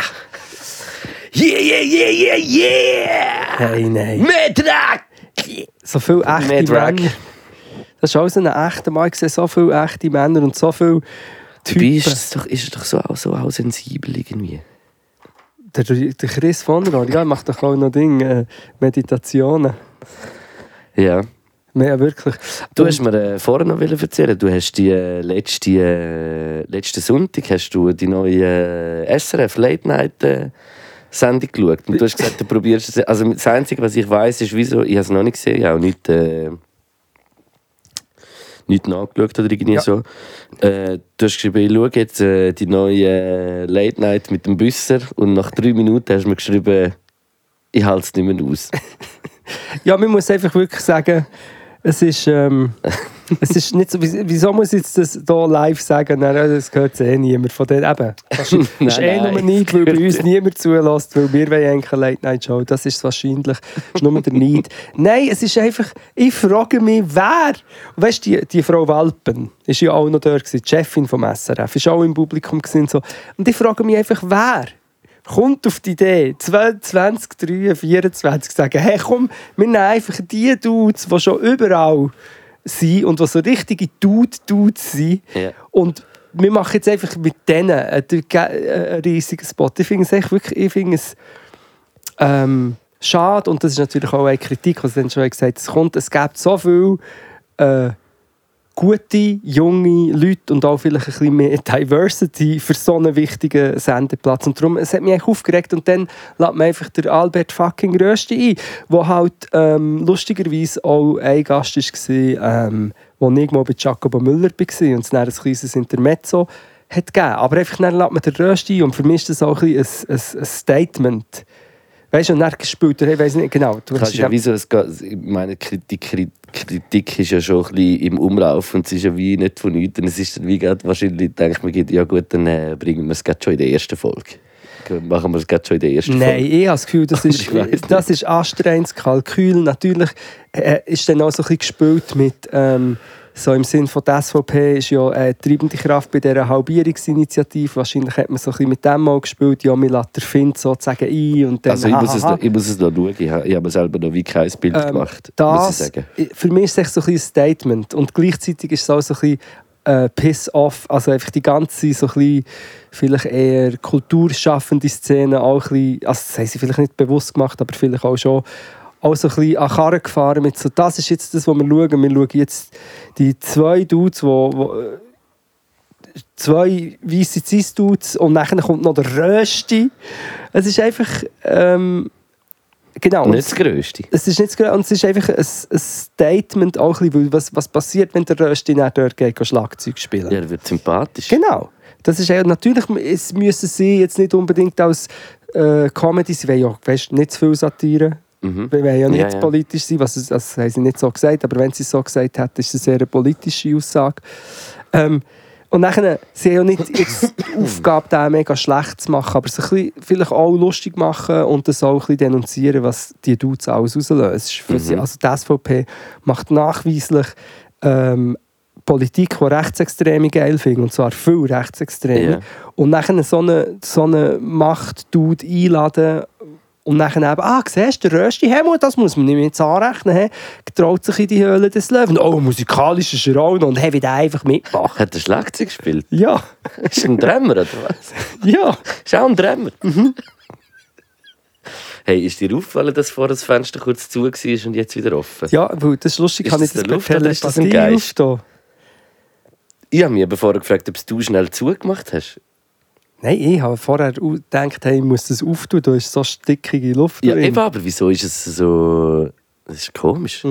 D: Yeah, yeah, yeah, yeah, yeah!
C: Hey, nein.
D: Metrag!
C: So viele echte
B: Madrock.
C: Männer. Das ist auch so ein echter Mann. Ich sehe so viele echte Männer und so viele
B: Dabei
C: Typen.
B: ist, es doch, ist er doch so, auch, so auch sensibel irgendwie.
C: Der, der Chris von Rohr, ja, macht doch auch noch Dinge, äh, Meditationen.
B: Ja.
C: Mehr wirklich.
B: Du
C: Und-
B: hast mir äh, vorher noch wollen erzählen, du hast die äh, letzte, äh, letzten Sonntag hast du die neue äh, SRF Late Night äh, Sendung geschaut. Und du hast gesagt, du probierst es. Also das Einzige, was ich weiß, ist, wieso. Ich habe es noch nicht gesehen, ich habe auch nicht, äh, nicht nachgeschaut oder irgendwie
C: Ja.
B: so. Äh, du hast geschrieben, ich schaue jetzt äh, die neue äh, Late Night mit dem Büsser. Und nach drei Minuten hast du mir geschrieben, ich halte es nicht mehr aus.
C: Ja, man muss einfach wirklich sagen, es ist, ähm, es ist nicht so, wieso wieso muss ich jetzt das hier live sagen? Nein, das gehört eh niemand von denen. Eben, das ist, das ist eh
B: Nein,
C: nur
B: nein,
C: Neid, weil
B: das
C: bei
B: gehört
C: uns niemand zulässt, weil wir wollen eigentlich eine Late-Night-Show. Das ist es wahrscheinlich, das ist nur der Neid. Nein, es ist einfach, ich frage mich, wer? Und weißt du, die, die Frau Walpen ist ja auch noch dort, gewesen, die Chefin vom SRF, ist auch im Publikum gewesen, und so. und ich frage mich einfach, wer? kommt auf die Idee, 20, 23, 24 zu sagen, hey komm, wir nehmen einfach die Dudes, die schon überall sind und die so richtige Dude-Dudes sind
B: Ja.
C: und wir machen jetzt einfach mit denen einen, einen riesigen Spot. Ich finde es echt wirklich, ich finde es ähm, schade und das ist natürlich auch eine Kritik, was dann schon gesagt es kommt, es gibt so viel äh, gute, junge Leute und auch vielleicht ein bisschen mehr Diversity für so einen wichtigen Sendeplatz. Und darum, es hat mich eigentlich aufgeregt. Und dann lädt man einfach der Albert fucking Rösti ein, der halt ähm, lustigerweise auch ein Gast war, ähm, wo ich mal bei Jacobo Müller war und es dann ein kleines Intermezzo hat gegeben. Aber einfach dann lädt man den Rösti ein und für mich ist das auch ein, bisschen ein, ein, ein Statement. Weißt du, und dann gespielt, er, ich weiß nicht genau. Du
B: Kannst
C: hast
B: ja, wieso es geht, ich meine, Kri- die Kri- Kritik ist ja schon ein bisschen im Umlauf und es ist ja wie nicht von nichts. Und es ist dann wie gerade, wahrscheinlich denkt man, ja gut, dann äh, bringen wir es gerade schon in der ersten Folge. Dann Machen wir es gerade schon in der ersten
C: Nein,
B: Folge.
C: ich habe das Gefühl, das ist,
B: Ich weiss nicht.
C: das ist anstrengendes Kalkül. Natürlich äh, ist dann auch so ein bisschen gespielt mit, ähm, so im Sinn von der SVP ist ja äh, treibende Kraft bei dieser Halbierungsinitiative. Wahrscheinlich hat man so ein bisschen mit dem mal gespielt, ja, man lässt den Find sozusagen ein und dann
B: Also ich muss, es
C: hahaha.
B: noch, ich muss es noch schauen. Ich habe, ich habe selber noch wie kein Bild
C: Ähm,
B: gemacht,
C: das,
B: muss ich sagen.
C: Für mich ist es echt so ein bisschen ein Statement. Und gleichzeitig ist es auch so ein bisschen äh, Piss-off. Also einfach die ganze, so ein bisschen, vielleicht eher kulturschaffende Szene, auch ein bisschen, also das haben sie vielleicht nicht bewusst gemacht, aber vielleicht auch schon, auch so ein bisschen an Karren gefahren mit so, das ist jetzt das, was wir schauen. Wir schauen jetzt die zwei Dudes, die... wo, äh, Zwei weiße Cis-Dudes und nachher kommt noch der Rösti. Es ist einfach. Ähm, genau.
B: Nicht das Größte.
C: Es ist nicht das Gleiche. und es ist einfach ein, ein Statement, auch ein bisschen, weil was, was passiert, wenn der Rösti dann dort geht, geht Schlagzeug spielen
B: Ja, er wird sympathisch.
C: Genau. Das ist ja, natürlich es müssen sie jetzt nicht unbedingt als äh, Comedy, sie wollen ja weißt, du, nicht zu viel Satire,
B: Mhm.
C: wir wollen ja nicht
B: Ja, ja.
C: politisch sein, was, es- das haben sie nicht so gesagt, aber wenn sie es so gesagt hat, ist es eine sehr politische Aussage. Ähm, und nachher, sie haben ja nicht jetzt die Aufgabe, den mega schlecht zu machen, aber es ein bisschen, vielleicht auch lustig machen und das auch ein bisschen denunzieren, was die Dudes alles auslösen. Es ist für sie, also die SVP macht nachweislich ähm, Politik, die Rechtsextreme geil finden, und zwar viel Rechtsextreme.
B: Ja.
C: Und nachher so eine, so eine Macht-Dude einladen und nachher eben, ah, siehst du, der Rösti Helmut, das muss man ihm jetzt anrechnen, he, getraut sich in die Höhle des Löwen. Oh, musikalisch ist er auch noch und hey, wie der einfach mitmacht.
B: Hat er Schlagzeug gespielt?
C: Ja,
B: Ist er ein Drummer oder was?
C: ja.
B: Ist auch ein Drummer.
C: Mhm.
B: Hey, ist dir aufgefallen, dass vorher das Fenster kurz zu war und jetzt wieder offen?
C: Ja, weil das ist lustig,
B: Ist
C: kann
B: das
C: ich das
B: der
C: bei
B: Luft oder ist das ein
C: Telepathie
B: Geist?
C: aufstehen.
B: Ich habe mich eben vorher gefragt, ob du schnell zugemacht hast.
C: Nein, ich habe vorher au- gedacht, hey, ich muss das auftun, da ist so stickige Luft
B: Ja,
C: drin. Mhm.
B: eben, aber wieso ist es so. Das ist komisch.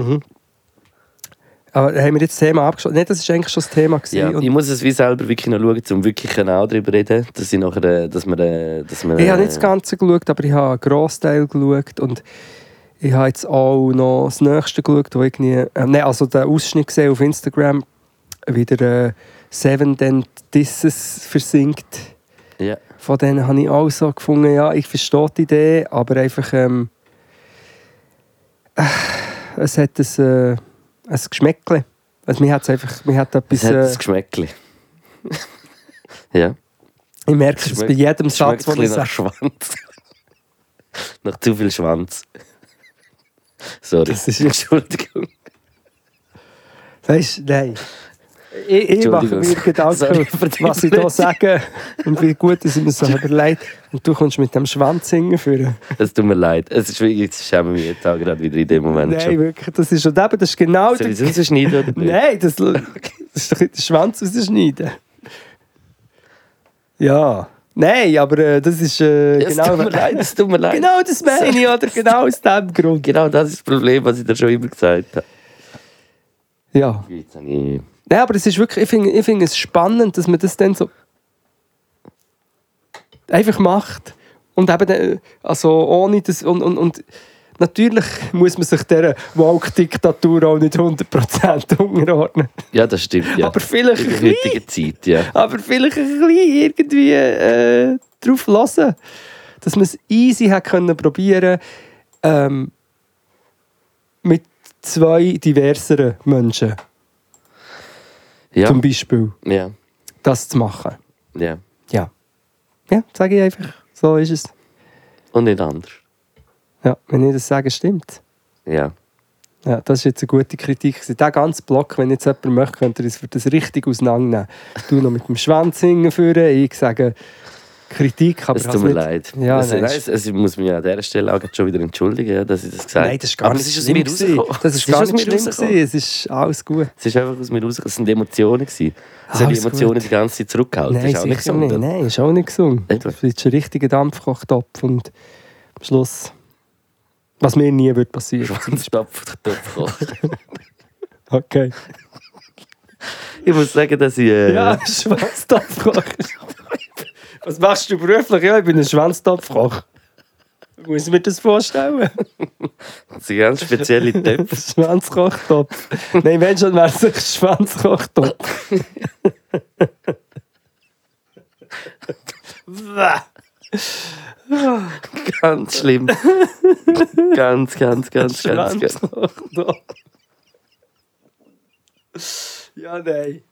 C: Aber haben wir jetzt das Thema abgeschlossen? Nein, das ist eigentlich schon das Thema. gewesen
B: Ja,
C: und
B: ich muss es wie selber wirklich noch schauen, um wirklich auch darüber reden, dass ich nachher, äh, dass wir, äh, dass wir,
C: Ich
B: äh,
C: habe nicht das Ganze geschaut, aber ich habe einen Grossteil geschaut und ich habe jetzt auch noch das Nächste geschaut, wo irgendwie, äh, nein, also den Ausschnitt gesehen auf Instagram, wie der äh, Seven Then Disses versinkt.
B: Ja.
C: Von denen habe ich auch so gefunden, ja, ich verstehe die Idee, aber einfach, ähm, äh, es hat ein, äh, ein Geschmäckchen. Also mir hat es einfach, mir hat
B: Es
C: etwas,
B: hat
C: äh,
B: ein Geschmäckchen. ja.
C: ich merke es bei
B: Schmeckt-
C: jedem
B: Schmeckt
C: Satz,
B: ein
C: den ich
B: bisschen nach
C: sage.
B: Schwanz. nach zu viel Schwanz. Sorry.
C: Das ist-
B: Entschuldigung.
C: Weißt du, nein. Ich, ich mache mir
B: Entschuldigung.
C: Gedanken,
B: Sorry für die
C: was ich hier
B: Blödsinn.
C: sage und wie gut es mir so überlegt. Und du kommst mit dem Schwanz hingeführen.
B: Es tut mir leid. Es ist wirklich, jetzt schämen wir jeden Tag gerade wieder in dem Moment
C: Nein,
B: schon.
C: wirklich, das ist, und eben, das ist genau
B: Soll
C: der.
B: ich es rausschneiden oder nicht?
C: Nein, das, das ist doch nicht der Schwanz rausschneiden. Ja. Nein, aber äh, das ist äh,
B: Es
C: genau.
B: tut mir leid, es tut mir leid.
C: Genau das meine ich, oder? Genau aus dem Grund.
B: Genau das ist das Problem, was ich dir schon immer gesagt habe.
C: Ja.
B: Jetzt habe ich...
C: Nein, aber es ist wirklich, ich finde ich finde es spannend, dass man das dann so einfach macht. Und eben, dann- also ohne das, und, und, und natürlich muss man sich dieser Woke-Diktatur auch nicht 100% unterordnen.
B: Ja, das stimmt, ja.
C: Aber vielleicht
B: In der
C: ein
B: heutigen Zeit, ja.
C: Aber vielleicht ein bisschen irgendwie äh, drauf lassen, dass man es easy hat können probieren ähm, mit zwei diverseren Menschen
B: Ja,
C: zum Beispiel,
B: ja,
C: das zu machen.
B: ja.
C: Ja. Ja, sage ich einfach. So ist es.
B: Und nicht anders.
C: Ja, wenn ich das sage, stimmt.
B: Ja.
C: Ja, das ist jetzt eine gute Kritik. gewesen. Der ganze Block, wenn jetzt jemand möchte, könnte er das für das richtig auseinandernehmen. Du noch mit dem Schwanz hinführen, ich sage Kritik, aber
B: es
C: also
B: tut mir
C: nicht-
B: leid.
C: Ja,
B: also,
C: nein,
B: nein,
C: ist-
B: also, ich muss mich an dieser Stelle auch gerade schon wieder entschuldigen, ja, dass ich das gesagt habe.
C: Nein, das ist gar
B: Aber
C: nicht
B: es ist aus
C: schlimm
B: mir
C: gewesen.
B: rausgekommen.
C: Das
B: Es
C: ist gar
B: aus
C: nicht
B: mir
C: schlimm
B: rausgekommen.
C: gewesen. Es ist alles gut.
B: Es ist einfach aus mir rausgekommen. Es sind Emotionen. Gewesen. Es haben die
C: Alles
B: Emotionen
C: Ah, gut.
B: die ganze Zeit zurückgehalten.
C: Nein,
B: das ist auch nicht
C: sicher
B: gesund.
C: nicht. Nein, ist auch nicht gesund.
B: Eben.
C: Das ist ein richtiger Dampfkochtopf und am Schluss, was mir nie wird passieren.
B: Schwanztopf, Topf kochen.
C: Okay.
B: Ich muss sagen, dass ich... Äh,
C: Ja, Schwanztopfkoch. Was machst du beruflich? Ja, ich bin ein Schwanztopfkoch. Muss ich mir das vorstellen?
B: Das sind ganz spezielle Töpfe.
C: Schwanzkochtopf. Nein, wenn schon, wäre es ein Schwanzkochtopf. Äh.
B: ganz schlimm. ganz, ganz, ganz, ganz, ganz.
C: Schwanzkochtopf. Ja, nein.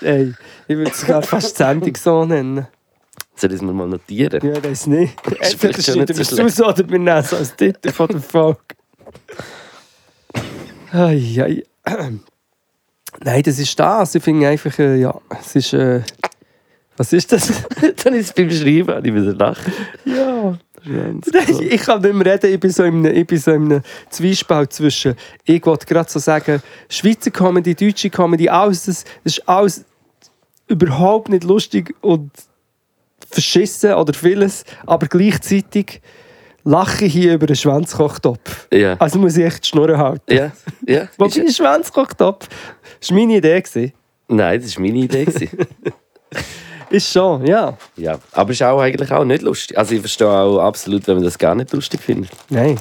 C: Nein, ich würde es sogar fast die Sendung so nennen.
B: Soll ich es mir mal notieren?
C: Ja, das nicht.
B: ist vielleicht
C: Entweder
B: schon nicht
C: schneiden wir es
B: so
C: aus oder wir nehmen es als Titel von der Folge. Ai, ai. Nein, das ist das. Ich finde einfach, äh, ja, es ist. Äh, was ist das?
B: Dann ist es beim Schreiben, habe ich wieder lachen.
C: ja.
B: Ganz cool.
C: Ich kann nicht mehr reden, ich bin so in einem, ich bin so in einem Zwiespalt zwischen. Ich wollte gerade so sagen, Schweizer Comedy, deutsche Comedy, alles, das das ist alles überhaupt nicht lustig und verschissen oder vieles, aber gleichzeitig lache ich hier über einen Schwanzkochtopf.
B: Ja.
C: Also muss ich echt die Schnurren halten.
B: Ja, ja.
C: Wobei, ein Schwanzkochtopf, das war meine Idee. gewesen.
B: Nein, das war meine Idee. gewesen.
C: Ist schon, ja.
B: ja. Aber es ist auch eigentlich auch nicht lustig. Also ich verstehe auch absolut, wenn man das gar nicht lustig findet.
C: Nein.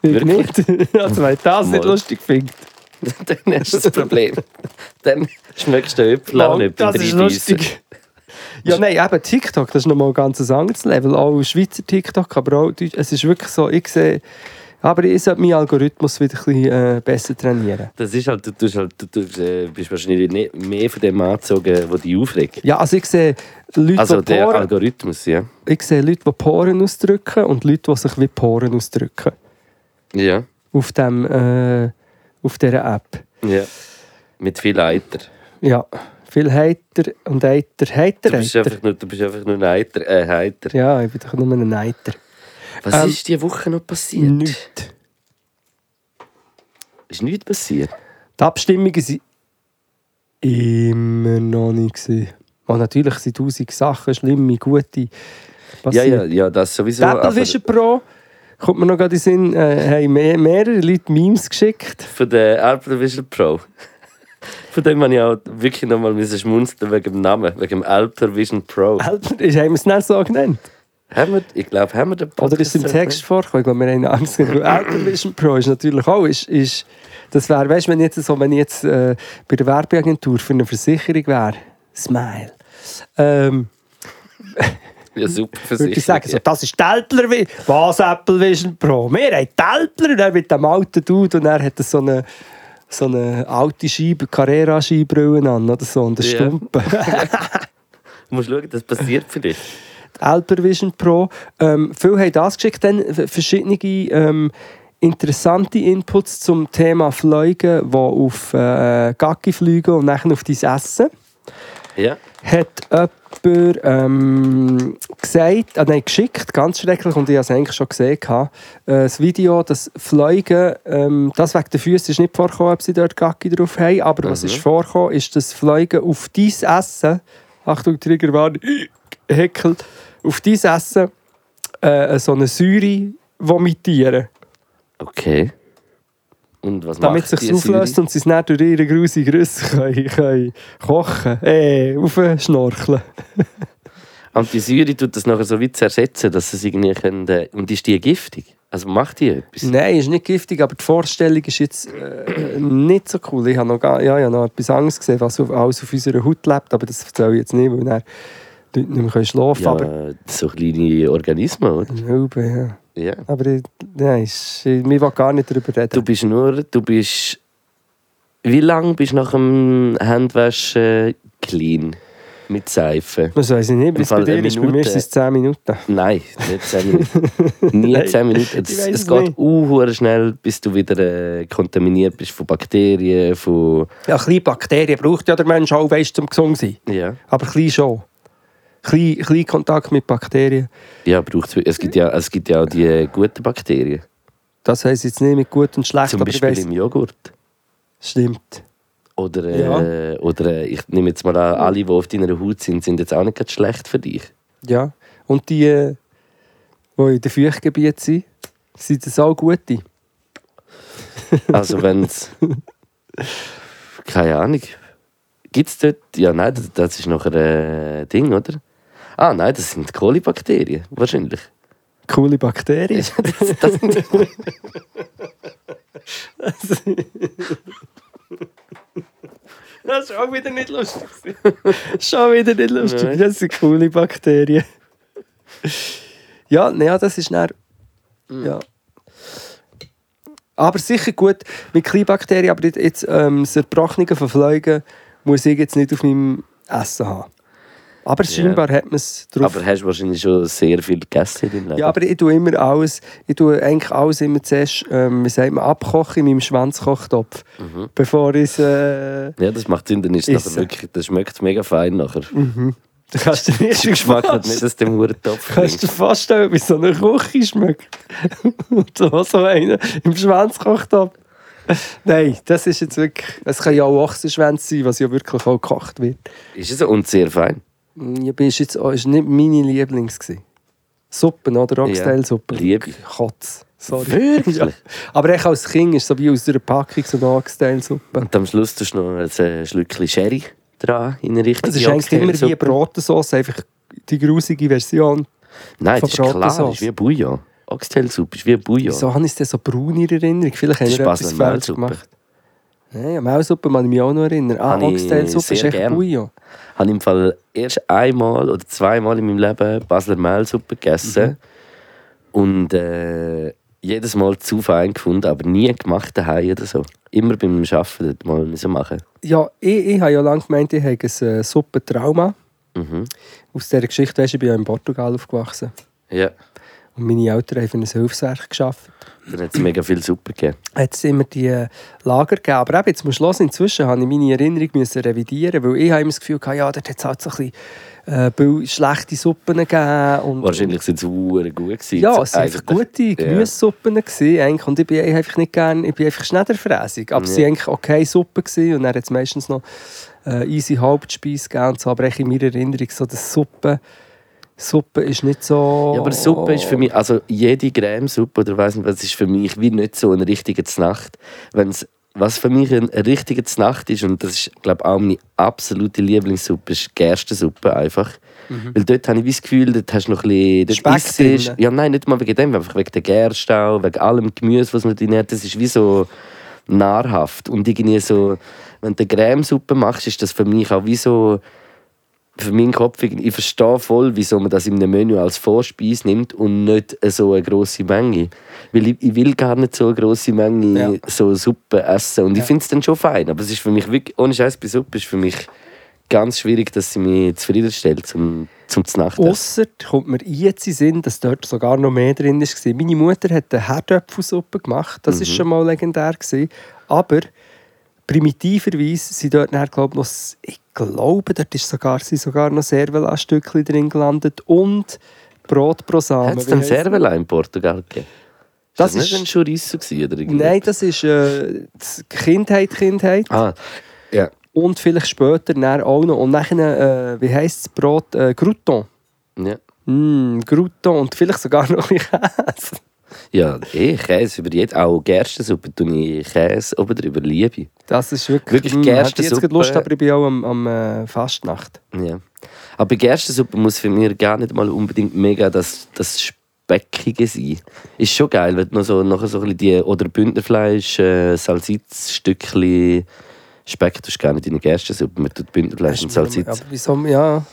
C: Ich
B: Wirklich?
C: nicht. Also, wenn ich das nicht
B: Mal.
C: lustig finde.
B: Dann hast du das Problem. Dann schmeckst du den Äpfel
C: Oh,
B: auch nicht
C: das
B: beim
C: ist
B: Reinbeissen.
C: lustig. Ja, nein, eben TikTok, das ist nochmal ein ganz anderes Level. Auch Schweizer TikTok, aber auch Deutsch. Es ist wirklich so, ich sehe... Aber ich sollte meinen Algorithmus wieder ein bisschen äh, besser trainieren.
B: Das ist halt, du, tust halt, du tust, äh, bist wahrscheinlich nicht mehr von dem angezogen, der dich aufregt.
C: Ja, also ich sehe Leute,
B: Also
C: die
B: der
C: Poren,
B: Algorithmus, ja.
C: ich sehe Leute, die Poren ausdrücken und Leute, die sich wie Poren ausdrücken.
B: Ja.
C: Auf, dem, äh, auf dieser App.
B: ja. Mit viel Eiter.
C: Ja, viel heiter und heiter, heiter,
B: Du bist,
C: heiter.
B: einfach nur, du bist einfach nur ein Eiter. Äh, Heiter.
C: Ja, ich bin doch nur ein Eiter.
B: Was
C: Ähm,
B: ist diese Woche noch passiert?
C: Nichts.
B: Ist nichts passiert?
C: Die Abstimmungen waren immer noch nicht. Gewesen. Und natürlich sind tausend Sachen, schlimme, gute.
B: Ja, ja, ja, das sowieso. aber-
C: Apple Vision Pro, kommt mir noch gerade in den Sinn, äh, haben mehr, mehrere Leute Memes geschickt.
B: Für den Apple Vision Pro. Von dem habe ich auch wirklich nochmal müssen schmunzeln wegen dem Namen, wegen dem Alper Vision Pro.
C: Alter, ist, haben wir es nicht so genannt?
B: Haben wir, ich glaube, haben wir den Podcast
C: Oder ist es im Text vorgekommen? Ich glaube, wir haben Angst. Apple Vision Pro ist natürlich auch. Ist, ist, das wäre, weißt du, wenn jetzt, so, wenn ich jetzt äh, bei der Werbeagentur für eine Versicherung wäre, Smile. Ähm,
B: Ja, super
C: würde ich sagen, so,
B: versichert.
C: das ist Teltler. Was Apple Vision Pro? Wir haben Teltler. Und er mit dem alten Dude und er hat so eine, so eine alte Scheibe, Carrera-Scheibrille an oder so und eine
B: Ja.
C: Stumpe.
B: Du musst schauen, das passiert für dich.
C: Alper Vision Pro. Ähm, viele haben das geschickt, dann v- verschiedene ähm, interessante Inputs zum Thema Fliegen, die auf äh, Gacki fliegen und nachher auf dein Essen.
B: Ja.
C: Hat jemand ähm, gesagt, ah, nein, geschickt, ganz schrecklich, und ich habe es eigentlich schon gesehen, gehabt, äh, das Video, das Fliegen, ähm, das wegen der Füße ist nicht vorgekommen, ob sie dort Gacki drauf haben, aber
B: Mhm.
C: was ist vorgekommen, ist das Fliegen auf dein Essen, Achtung, Triggerwarnung, Heckel, auf dein Essen äh, so eine Säure vomitieren,
B: Okay. Und was
C: damit
B: macht
C: es sich
B: die Säure?
C: auflöst und sie es nicht durch ihre grusige Grüße können, können kochen, äh, aufschnorcheln.
B: Und die Säure tut das nachher so wie zersetzen, dass sie es irgendwie können... äh, Und ist die giftig? Also macht die etwas?
C: Nein, ist nicht giftig, aber die Vorstellung ist jetzt äh, nicht so cool. Ich habe noch, gar, ja, ich habe noch etwas anderes gesehen, was auf, alles auf unserer Haut lebt, aber das erzähle ich jetzt nicht, weil dann die Leute nicht mehr können schlafen
B: Ja,
C: aber
B: so kleine Organismen, oder?
C: Milbe, ja.
B: Ja.
C: Aber ich, nein, ist, ich, ich will gar nicht darüber
B: Du
C: reden.
B: bist nur... Du bist... Wie lange bist du nach dem Handwaschen clean? Mit Seife?
C: Das weiß ich nicht, bis bei
B: Fall
C: dir
B: eine
C: ist, bei mir
B: Minute.
C: sind es 10 Minuten.
B: Nein, nicht 10 Minuten. Nie
C: Nein,
B: 10 Minuten. Es,
C: ich weiss
B: es
C: es
B: geht
C: nicht.
B: unhuere schnell, bis du wieder äh, kontaminiert bist von Bakterien, von...
C: Ja, kleine Bakterien braucht ja der Mensch auch, weißt du, um gesund zu sein.
B: Ja.
C: Aber klein schon. Klein, klein Kontakt mit Bakterien.
B: Ja, braucht's, es, gibt ja, es gibt ja auch die äh, guten Bakterien.
C: Das heisst jetzt nicht mit gut und schlecht,
B: Zum
C: aber ich
B: Beispiel
C: weiss,
B: im Joghurt.
C: stimmt.
B: Oder, äh, oder äh, ich nehme jetzt mal an, alle, die auf deiner Haut sind, sind jetzt auch nicht gerade schlecht für dich.
C: Ja. Und die, äh, die in den Feuchtgebieten sind, sind das auch gute.
B: Also wenn es... Keine Ahnung. Gibt es dort... Ja, nein, das, das ist noch ein äh, Ding, oder? Ah, nein, das sind Kolibakterien, wahrscheinlich.
C: Coole Bakterien.
B: Das, das sind,
C: Das ist auch wieder nicht lustig. schon wieder nicht lustig.
B: Nein.
C: Das sind coole Bakterien. ja, na ja, das ist dann, ja. Aber sicher gut mit kleinen Bakterien, aber jetzt ähm, das Erbrochene von Fliegen muss ich jetzt nicht auf meinem Essen haben. Aber scheinbar hat man es drauf.
B: aber hast du wahrscheinlich schon sehr viel gegessen in deinem Leben.
C: Ja, aber ich tue immer alles, ich tue eigentlich alles immer zuerst, ähm, wie sagt man, abkochen in meinem Schwanzkochtopf, bevor ich es... Äh,
B: ja, das macht Sinn, dann ist es
C: Essen.
B: nachher wirklich... Das schmeckt mega fein nachher.
C: du kannst dir nicht
B: Geschmack hat nicht aus dem Hurentopf.
C: Kannst du dir vorstellen, wie so eine Küche schmeckt? Und so, so einer im Schwanzkochtopf. Nein, das ist jetzt wirklich... Es kann ja auch Ochsenschwanz sein, was ja wirklich auch gekocht wird.
B: Ist es so und sehr fein.
C: Mm, Ja, bin ich jetzt auch, ist nicht meine Lieblings gewesen. Suppen oder Oxtailsuppe.
B: Ja, liebe ich.
C: Kotz. Sorry.
B: Wirklich?
C: Ja. Aber ich als Kind ist so wie aus einer Packung so eine Oxtailsuppe.
B: Und am Schluss tust du noch ein äh, Schlückchen Sherry dran in eine richtige
C: Es ist eigentlich immer wie
B: Oxtailsuppe.
C: Brotensauce, einfach die grusige Version.
B: Nein,
C: von
B: das ist klar, das
C: Bratensauce.
B: ist wie Bouillon. Oxtailsuppe ist wie Bouillon.
C: Wieso habe ich es denn so braun in Erinnerung? Vielleicht haben
B: ist
C: wir etwas
B: Basler
C: falsch
B: Mehlsuppe.
C: gemacht. Nein, an Mehlsuppe kann ich mich auch noch erinnern. Ah,
B: Habe ich
C: Oxtailsuppe ist
B: sehr
C: echt
B: gern.
C: Bouillon.
B: Ich habe im Fall erst einmal oder zweimal in meinem Leben Basler Mehlsuppe
C: Mhm.
B: gegessen und äh, jedes Mal zu fein gefunden, aber nie gemacht daheim oder so. Immer beim Arbeiten dort mal müssen machen.
C: Ja, ich, ich habe ja lange gemeint, ich habe ein äh, Suppentrauma.
B: Mhm.
C: Aus dieser Geschichte, weißt du, ich bin ja in Portugal aufgewachsen.
B: Ja.
C: Und meine Eltern haben für ein Hilfswerk gearbeitet.
B: Dann hat es mega viel Suppe gegeben.
C: hat es immer die äh, Lager gegeben. Aber eben, jetzt musst du hören, inzwischen habe ich meine Erinnerung müssen revidieren, weil ich habe immer das Gefühl hatte, ja, dort hat es halt so ein bisschen äh, Bill- schlechte Suppen gegeben. Und,
B: Wahrscheinlich sind es verdammt gut gewesen. Also
C: Ja, es waren einfach
B: Eigentlich.
C: gute Gemüsesuppen. gewesen, Eigentlich. Und ich bin einfach nicht gerne, ich bin einfach schnellerfräsig. Aber sie
B: Ja.
C: waren eigentlich okay Suppen. Gewesen. Und dann hat es meistens noch äh, easy Hauptspeise gegeben. und So. Aber ich in meiner Erinnerung so, dass Suppe, Suppe ist nicht so...
B: Ja, aber Suppe ist für mich, also jede Cremesuppe oder weiss nicht was, ist für mich wie nicht so ein richtiger Znacht. Wenn es was für mich ein, ein richtiger Znacht ist, und das ist, glaube ich, auch meine absolute Lieblingssuppe, ist Gerstensuppe einfach. Weil dort habe ich wie das Gefühl, dort hast du noch ein bisschen... dort
C: Mhm. Speck
B: isst du-
C: drin.
B: Ja, nein, nicht mal wegen dem, einfach wegen der Gerste auch, wegen allem Gemüse, was man drin hat. Das ist wie so nahrhaft. Und irgendwie so, wenn du eine Cremesuppe machst, ist das für mich auch wie so... Für meinen Kopf, irgendwie- ich verstehe voll, wieso man das in einem Menü als Vorspeise nimmt und nicht so eine grosse Menge. Weil ich, ich will gar nicht so eine grosse Menge
C: Ja.
B: so Suppe essen. Und ich finde es dann schon fein. Aber es ist für mich wirklich, ohne Scheiß bei Suppe ist für mich ganz schwierig, dass sie mich zufriedenstellt zum, zum Znachtessen.
C: Ausser kommt mir jetzt in den Sinn, dass dort sogar noch mehr drin war. Meine Mutter hat eine Herdöpfelsuppe gemacht, das war
B: Mhm.
C: schon mal legendär. Gewesen. Aber primitiverweise sind dort dann, glaub, ich, noch, s- ich glaube, dort ist sogar, sind sogar noch Servela-Stückchen drin gelandet und Brot pro Samen.
B: Hat es
C: Wie
B: denn
C: heisst-
B: Servela in Portugal gegeben?
C: Das
B: Das war nicht
C: ist-
B: ein Chorizo gewesen, oder irgendwie?
C: Nein, das ist äh, das Kindheit, Kindheit.
B: Ah, ja.
C: Und vielleicht später dann auch noch. Und nachher, äh, wie heisst das Brot? Äh, Crouton.
B: ja.
C: Mm, Crouton und vielleicht sogar noch ein bisschen Käse.
B: Ja, eh, Käse über jeden. Auch Gerstensuppe tue ich Käse oben drüber, liebe.
C: Das ist wirklich,
B: Wirklich
C: Mm,
B: Gerstensuppe.
C: hätte Ich jetzt gerade Lust, aber ich bin auch am, am äh, Fastnacht.
B: Ja. Aber Gerstensuppe muss für mich gar nicht mal unbedingt mega das, das Speckige sein. Ist schon geil, wenn du noch so, nachher so ein bisschen die, oder Bündnerfleisch, äh, Salzitz-Stückchen Speck tust du gar nicht in eine Gerstensuppe. Man tut Bündnerfleisch und
C: Aber
B: Salzitz.
C: wieso? Ja,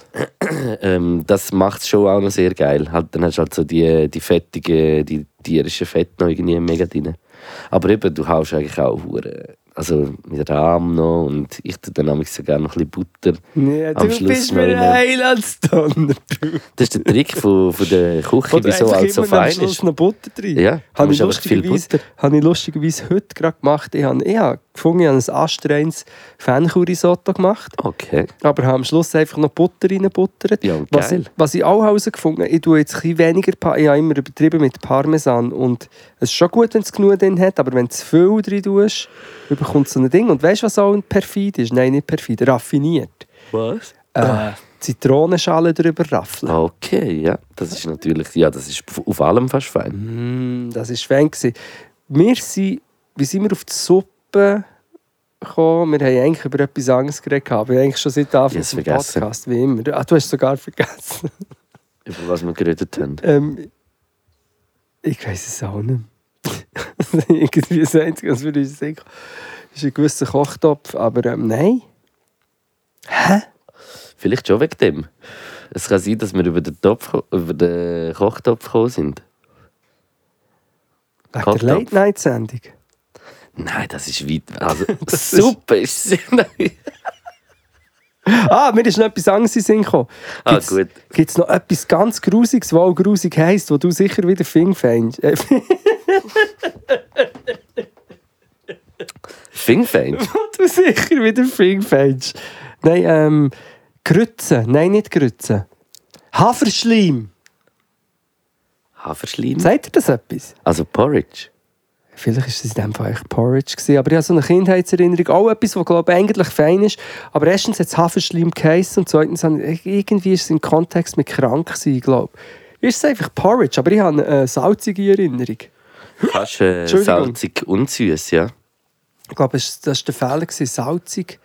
B: Ähm, das macht es schon auch noch sehr geil. Halt, dann hast du halt so die, die fettigen, die tierischen Fett noch irgendwie mega drin. Aber eben, du haust eigentlich auch hure also mit Rahm noch und ich tue dann manchmal sogar noch ein bisschen Butter.
C: nee,
B: Am
C: du
B: Schluss
C: bist
B: noch
C: mir
B: immer-
C: ein Eilandsdonner.
B: Das ist der Trick von, von der Küche, wieso alles so fein
C: am Schluss
B: ist.
C: noch Butter drin.
B: Ja,
C: habe ich,
B: musst einfach viel
C: lustigerweise-
B: Butter.
C: habe ich lustigerweise heute gerade gemacht. Ich habe, ich habe gefunden, ich habe ein astreines Fenchurisotto gemacht.
B: Okay.
C: Aber habe am Schluss einfach noch Butter reingebuttert.
B: Ja, und
C: was,
B: geil.
C: ich, was ich auch herausgefunden habe, ich tue jetzt ein bisschen weniger, Pa- ich habe immer übertrieben mit Parmesan und es ist schon gut, wenn es genug drin hat, aber wenn du zu viel drin tust, überkommt so ein Ding. Und weißt du, was auch ein perfid ist? Nein, nicht perfid, raffiniert.
B: Was?
C: Äh, Zitronenschale drüber raffeln.
B: Okay, ja. Das ist natürlich, ja, das ist auf- auf allem fast fein.
C: Mm, Das war fein. gewesen. Wir sind, wie sind wir auf die Suppe gekommen? Wir haben eigentlich über etwas anderes geredet. Aber eigentlich schon seit Anfang
B: Ich
C: des
B: hab's vergessen.
C: Podcasts, wie immer. Ah, du hast es sogar vergessen.
B: Über was wir geredet haben.
C: Ähm, ich weiß es auch nicht. mehr. Irgendwie das Einzige, was wir uns sagen, ist ein gewisser Kochtopf, aber ähm, nein.
B: Vielleicht schon wegen dem. Es kann sein, dass wir über den, Topf, über den Kochtopf gekommen sind.
C: Wegen
B: Kochtopf.
C: der Late-Night-Sendung.
B: Nein, das ist weit. Also, super ist Nein.
C: Ah, mir ist noch etwas anderes in den Sinn gekommen.
B: Ah, gut.
C: Gibt es noch etwas ganz Grusiges, was auch grusig heisst, wo du sicher wieder Fing fängst? Äh,
B: Fingfein.
C: wo du sicher wieder Fing fängst? Nein, ähm, Grütze. Nein, nicht Grütze. Haferschleim.
B: Haferschleim.
C: Sagt ihr das etwas?
B: Also Porridge.
C: Vielleicht ist es in dem Fall echt Porridge gewesen, aber ich habe so eine Kindheitserinnerung, auch etwas, was glaube ich eigentlich fein ist, aber erstens hat es Haferschleim geheissen und zweitens habe ich- irgendwie ist es im Kontext mit krank sein, glaube ich. Ist es einfach Porridge, aber ich habe eine äh, salzige Erinnerung.
B: Fast äh,
C: Entschuldigung.
B: salzig und süß, ja.
C: Ich glaube, es- das war der Fehler, gewesen, salzig.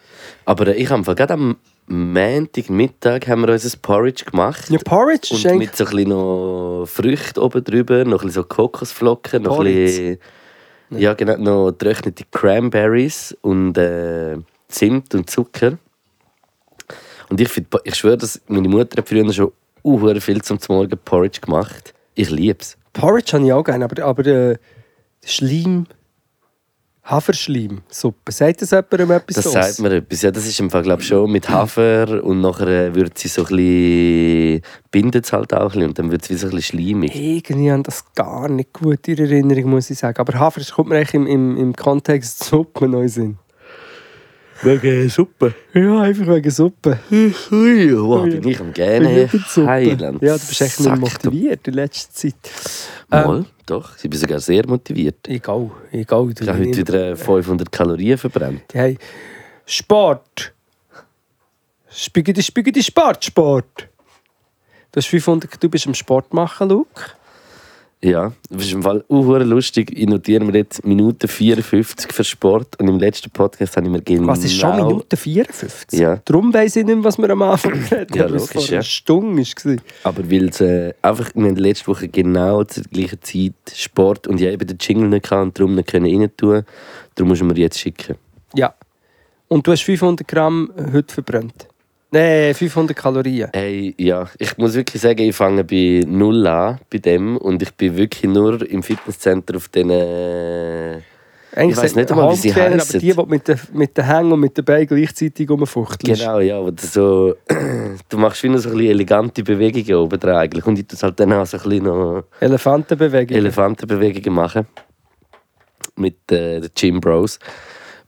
B: Aber äh, ich habe im Fall gerade am Montagmittag haben wir unser Porridge gemacht.
C: Ja, Porridge ist
B: Und
C: eigentlich...
B: mit so ein bisschen noch Früchten oben drüber, noch ein bisschen so Kokosflocken, noch ein
C: Porridge.
B: bisschen, ja, genau, noch getrocknete Cranberries und äh, Zimt und Zucker. Und ich, find, ich schwöre, dass meine Mutter hat früher schon unhuere viel zum Morgen Porridge gemacht. Ich liebe es.
C: Porridge habe ich auch gerne, aber, aber äh, Schleim... Haferschleim, Suppe. Sagt das jemandem etwas
B: Das
C: aus?
B: sagt mir etwas. Ja, das ist im Fall, glaube ich, schon mit Hafer und nachher äh, wird sie so ein bisschen, bindet es halt auch ein bisschen und dann wird es wie so ein bisschen schleimig.
C: Irgendwie habe ich das gar nicht gut in Erinnerung, muss ich sagen. Aber Hafer kommt mir eigentlich im, im, im Kontext Suppe neu Sinn.
B: Wegen Suppe.
C: Ja, einfach wegen Suppe.
B: Ui, wow, bin ich am
C: Wegen
B: gerne
C: Suppe.
B: Heiland.
C: Ja, du bist echt nicht
B: Sack,
C: motiviert in letzter Zeit.
B: du-
C: Ähm,
B: Mal, doch. Ich bin sogar sehr motiviert.
C: Egal, egal. Du
B: Ich habe heute wieder äh, 500 Kalorien verbrannt.
C: hey, Sport. Spigidi, spigidi, Sport, Sport. Du, hast 500, du bist am Sport machen, Luke.
B: Ja, das ist im Fall auch lustig. Ich notiere mir jetzt Minute 54 für Sport und im letzten Podcast habe ich mir genau...
C: Was ist schon Minute 54?
B: Ja.
C: Darum weiss ich nicht mehr, was wir am Anfang gesagt
B: Ja,
C: haben, weil
B: logisch,
C: es vor
B: ja.
C: einer Stunde war.
B: Aber weil es äh, einfach, wir haben letzte Woche genau zur gleichen Zeit Sport und ich habe eben den Jingle nicht gehabt und darum nicht können rein tun. Darum musst du mir jetzt schicken.
C: Ja. Und du hast 500 Gramm heute verbrannt. Nein, 500 Kalorien.
B: Hey, ja, ich muss wirklich sagen, ich fange bei null an bei dem und ich bin wirklich nur im Fitnesscenter auf diesen... Äh,
C: Eigentlich
B: Ich weiss
C: sind
B: nicht einmal, wie sie
C: Handfedern,
B: heissen.
C: Aber die, die mit den, mit den Hängen und mit den Beinen gleichzeitig rumfuchteln.
B: genau, ja, wo du so... du machst wie noch so ein bisschen elegante Bewegungen oben dran eigentlich und ich tue es halt dann auch so ein bisschen noch...
C: Elefantenbewegung.
B: Elefantenbewegungen machen. Mit äh, den Gym Bros.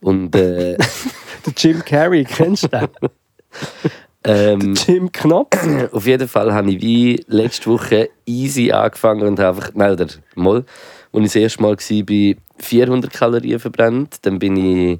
B: Und äh,
C: der Jim Carrey, kennst du den?
B: Mm. ähm,
C: Jim Knopf.
B: auf jeden Fall habe ich wie letzte Woche easy angefangen und habe einfach, nein, oder mal, als ich das erste Mal war, bei 400 Kalorien verbrannt. Dann bin ich,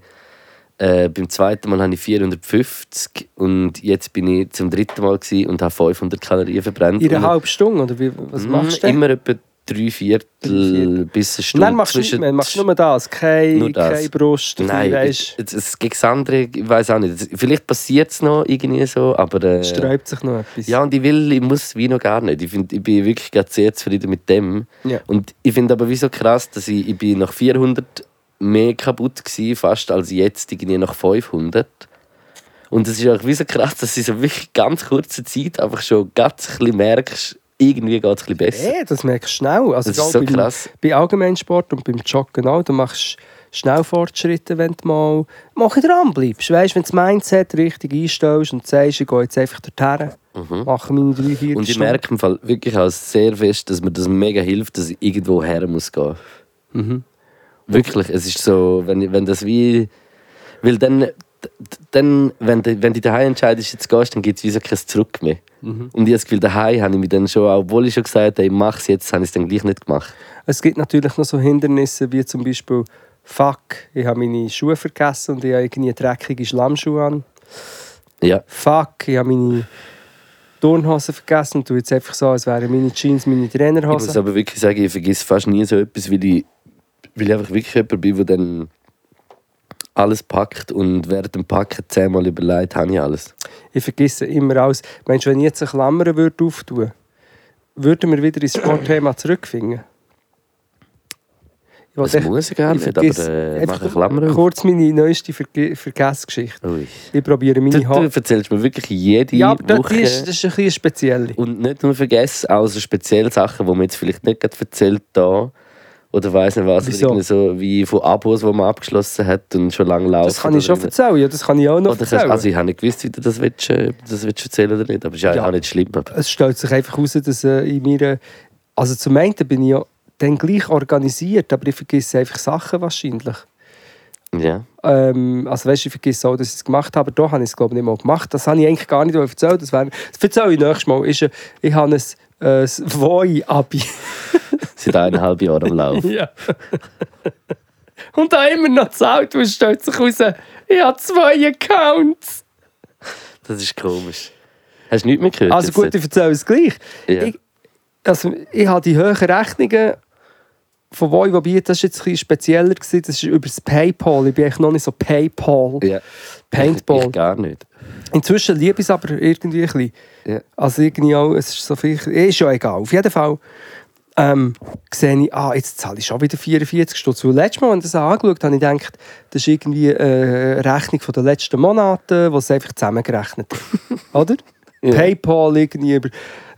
B: äh, beim zweiten Mal habe ich 450 und jetzt bin ich zum dritten Mal gewesen und habe 500 Kalorien verbrannt.
C: In einer
B: Und-
C: halben Stunde, oder wie, was machst du denn?
B: Mm. Mhm, Immer etwa drei Viertel bis eine Stunde.
C: Nein, machst du nicht
B: zwischen-
C: mehr, machst nur das. Keine,
B: Nur das.
C: keine Brust.
B: Nein,
C: weißt,
B: jetzt- jetzt gegen das andere, ich weiß auch nicht. Vielleicht passiert es noch irgendwie so, aber.
C: es
B: Äh,
C: sträubt sich noch etwas.
B: ja, und ich will, ich muss wie noch gar nicht. Ich, find, ich bin wirklich gerade sehr zufrieden mit dem.
C: Ja.
B: Und ich finde aber wieso krass, dass ich, ich bin nach 400 mehr kaputt war, fast als jetzt irgendwie nach 500. Und es ist auch wieso krass, dass in so wirklich ganz kurzer Zeit einfach schon ganz ein bisschen merkst, irgendwie geht es ein bisschen besser.
C: Eh, das merkst du schnell. Also
B: Das ist
C: auch
B: so
C: beim,
B: krass.
C: Bei Allgemeinsport und beim Joggen auch, du machst schnell Fortschritte, wenn du mal, mal ein bisschen dran bleibst. Weißt, wenn du das Mindset richtig einstellst und sagst, ich gehe jetzt einfach dorthin, mache meine drei, vier
B: Mhm. Und ich
C: Stunden.
B: merke im Fall wirklich auch sehr fest, dass mir das mega hilft, dass ich irgendwo her muss gehen. Wirklich, es ist so, wenn, ich- wenn das wie... Weil dann, d- d- dann wenn, du, wenn du daheim entscheidest, jetzt gehst, dann gibt es wie so kein Zurück mehr. Und ich habe das Gefühl, daheim habe ich mich dann schon, obwohl ich schon gesagt habe, ich mache es jetzt, habe ich es dann gleich nicht gemacht.
C: Es gibt natürlich noch so Hindernisse, wie zum Beispiel, fuck, ich habe meine Schuhe vergessen und ich habe irgendwie dreckige Schlammschuhe an.
B: Ja,
C: Fuck, ich habe meine Turnhosen vergessen und tu jetzt einfach so, als wären meine Jeans meine
B: ich muss
C: Trainerhosen.
B: aber wirklich sagen, ich vergesse fast nie so etwas, weil ich, weil ich einfach wirklich jemand bin, der dann alles packt und während dem Packen zehnmal überlegt, habe ich alles.
C: Ich vergesse immer alles. Meinst du, wenn ich jetzt eine Klammer würde auftun würden wir wieder ins Sportthema zurückfinden? Ich
B: Das
C: will echt-
B: muss ich gar
C: Also, ich
B: nicht,
C: vergesse-
B: aber äh,
C: einfach
B: mach eine Klammer auf.
C: Kurz meine neueste Verge Vergessgeschichte.
B: Ui.
C: Ich probiere
B: Du,
C: meine
B: du
C: Haare.
B: erzählst mir wirklich jede
C: Ja, aber das
B: Woche.
C: ist, das ist ein bisschen speziell.
B: und nicht nur vergessen, auch so spezielle Sachen, die man jetzt vielleicht nicht gerade erzählt da oder weiß nicht was,
C: Wieso?
B: irgendwie so wie von Abos, die man abgeschlossen hat und schon lange laufen.
C: Das kann ich schon
B: oder-
C: erzählen. Ja, das kann ich auch noch
B: Oder kannst,
C: erzählen.
B: also ich habe nicht gewusst, wie du das, willst, äh, ob du das willst erzählen oder nicht, aber ist ja
C: Ja.
B: auch nicht schlimm. Aber
C: es stellt sich einfach heraus, dass äh, in mir. Also zum einen bin ich ja dann gleich organisiert, aber ich vergesse einfach Sachen wahrscheinlich.
B: ja.
C: Ähm, also weißt, du, ich vergesse auch, dass ich es gemacht habe, aber da habe ich es glaube ich nicht mal gemacht. Das habe ich eigentlich gar nicht erzählt. Das, wär, das erzähle ich nächstes Mal. Ist, äh, ich habe ein äh, Voi-Abi.
B: Seit eineinhalb Jahren am Laufen.
C: ja. Und da immer noch zahlt, weil es stellt sich heraus, ich habe zwei Accounts.
B: Das ist komisch. Hast du nichts mehr gehört?
C: Also
B: jetzt?
C: gut, ich erzähle es gleich.
B: Ja.
C: Ich, also, ich habe die höheren Rechnungen von Voivobie, das war jetzt ein bisschen spezieller, gewesen. das ist über das Paypal, ich bin eigentlich noch nicht so Paypal,
B: ja. Ich,
C: Paintball.
B: ich gar nicht.
C: Inzwischen liebe ich es aber irgendwie ein bisschen.
B: Ja.
C: Also irgendwie auch, es ist so viel, eh, ist ja egal. Auf jeden Fall ähm, sehe ich, ah, jetzt zahle ich schon wieder 44 Stutz. Weil letztes Mal, wenn ich das angeschaut habe, habe ich gedacht, das ist irgendwie äh, eine Rechnung von den letzten Monaten, die es einfach zusammengerechnet hat. Oder? Paypal irgendwie. Über.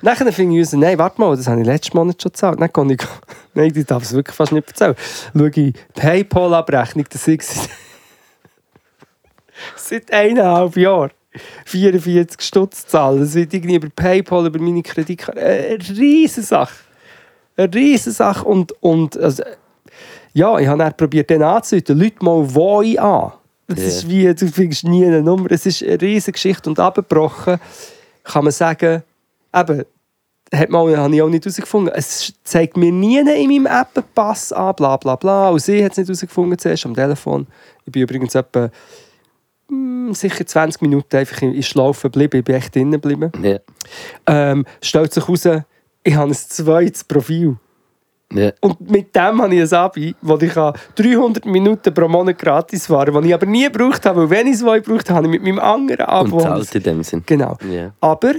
C: Nachher fing ich raus, nein, warte mal, das habe ich letzten Monat schon gezahlt. Nein, kann ich, nein, ich darf es wirklich fast nicht erzählen. Schaue ich Paypal-Abrechnung, das ist seit eineinhalb Jahren 44 Stutz zahlen. Das wird irgendwie über PayPal, über meine Kreditkarte. äh, Eine riesige Sache. Eine riesige Sache. Und, und also, äh, ja, ich habe dann probiert, den anzuhören. Leute mal Voi an. Das
B: Ja.
C: ist wie, du findest nie eine Nummer. Es ist eine riesige Geschichte. Und abgebrochen kann man sagen, eben, hat mal, habe ich auch nicht herausgefunden. Es zeigt mir nie in meinem App-Pass an, bla bla bla. Und sie hat es nicht herausgefunden zuerst am Telefon. Ich bin übrigens etwa mm, sicher 20 Minuten einfach in in Schlaufe geblieben. Ich bin echt drinnen geblieben.
B: Ja.
C: Ähm, stellt sich heraus, ich habe ein zweites Profil.
B: Ja.
C: Und mit dem habe ich ein Abi, wo ich kann 300 Minuten pro Monat gratis fahren kann, ich aber nie gebraucht habe, weil wenn ich es wo ich gebraucht habe, habe ich mit meinem anderen Abo...
B: Und zahlt in dem Sinn.
C: Genau.
B: Ja.
C: Aber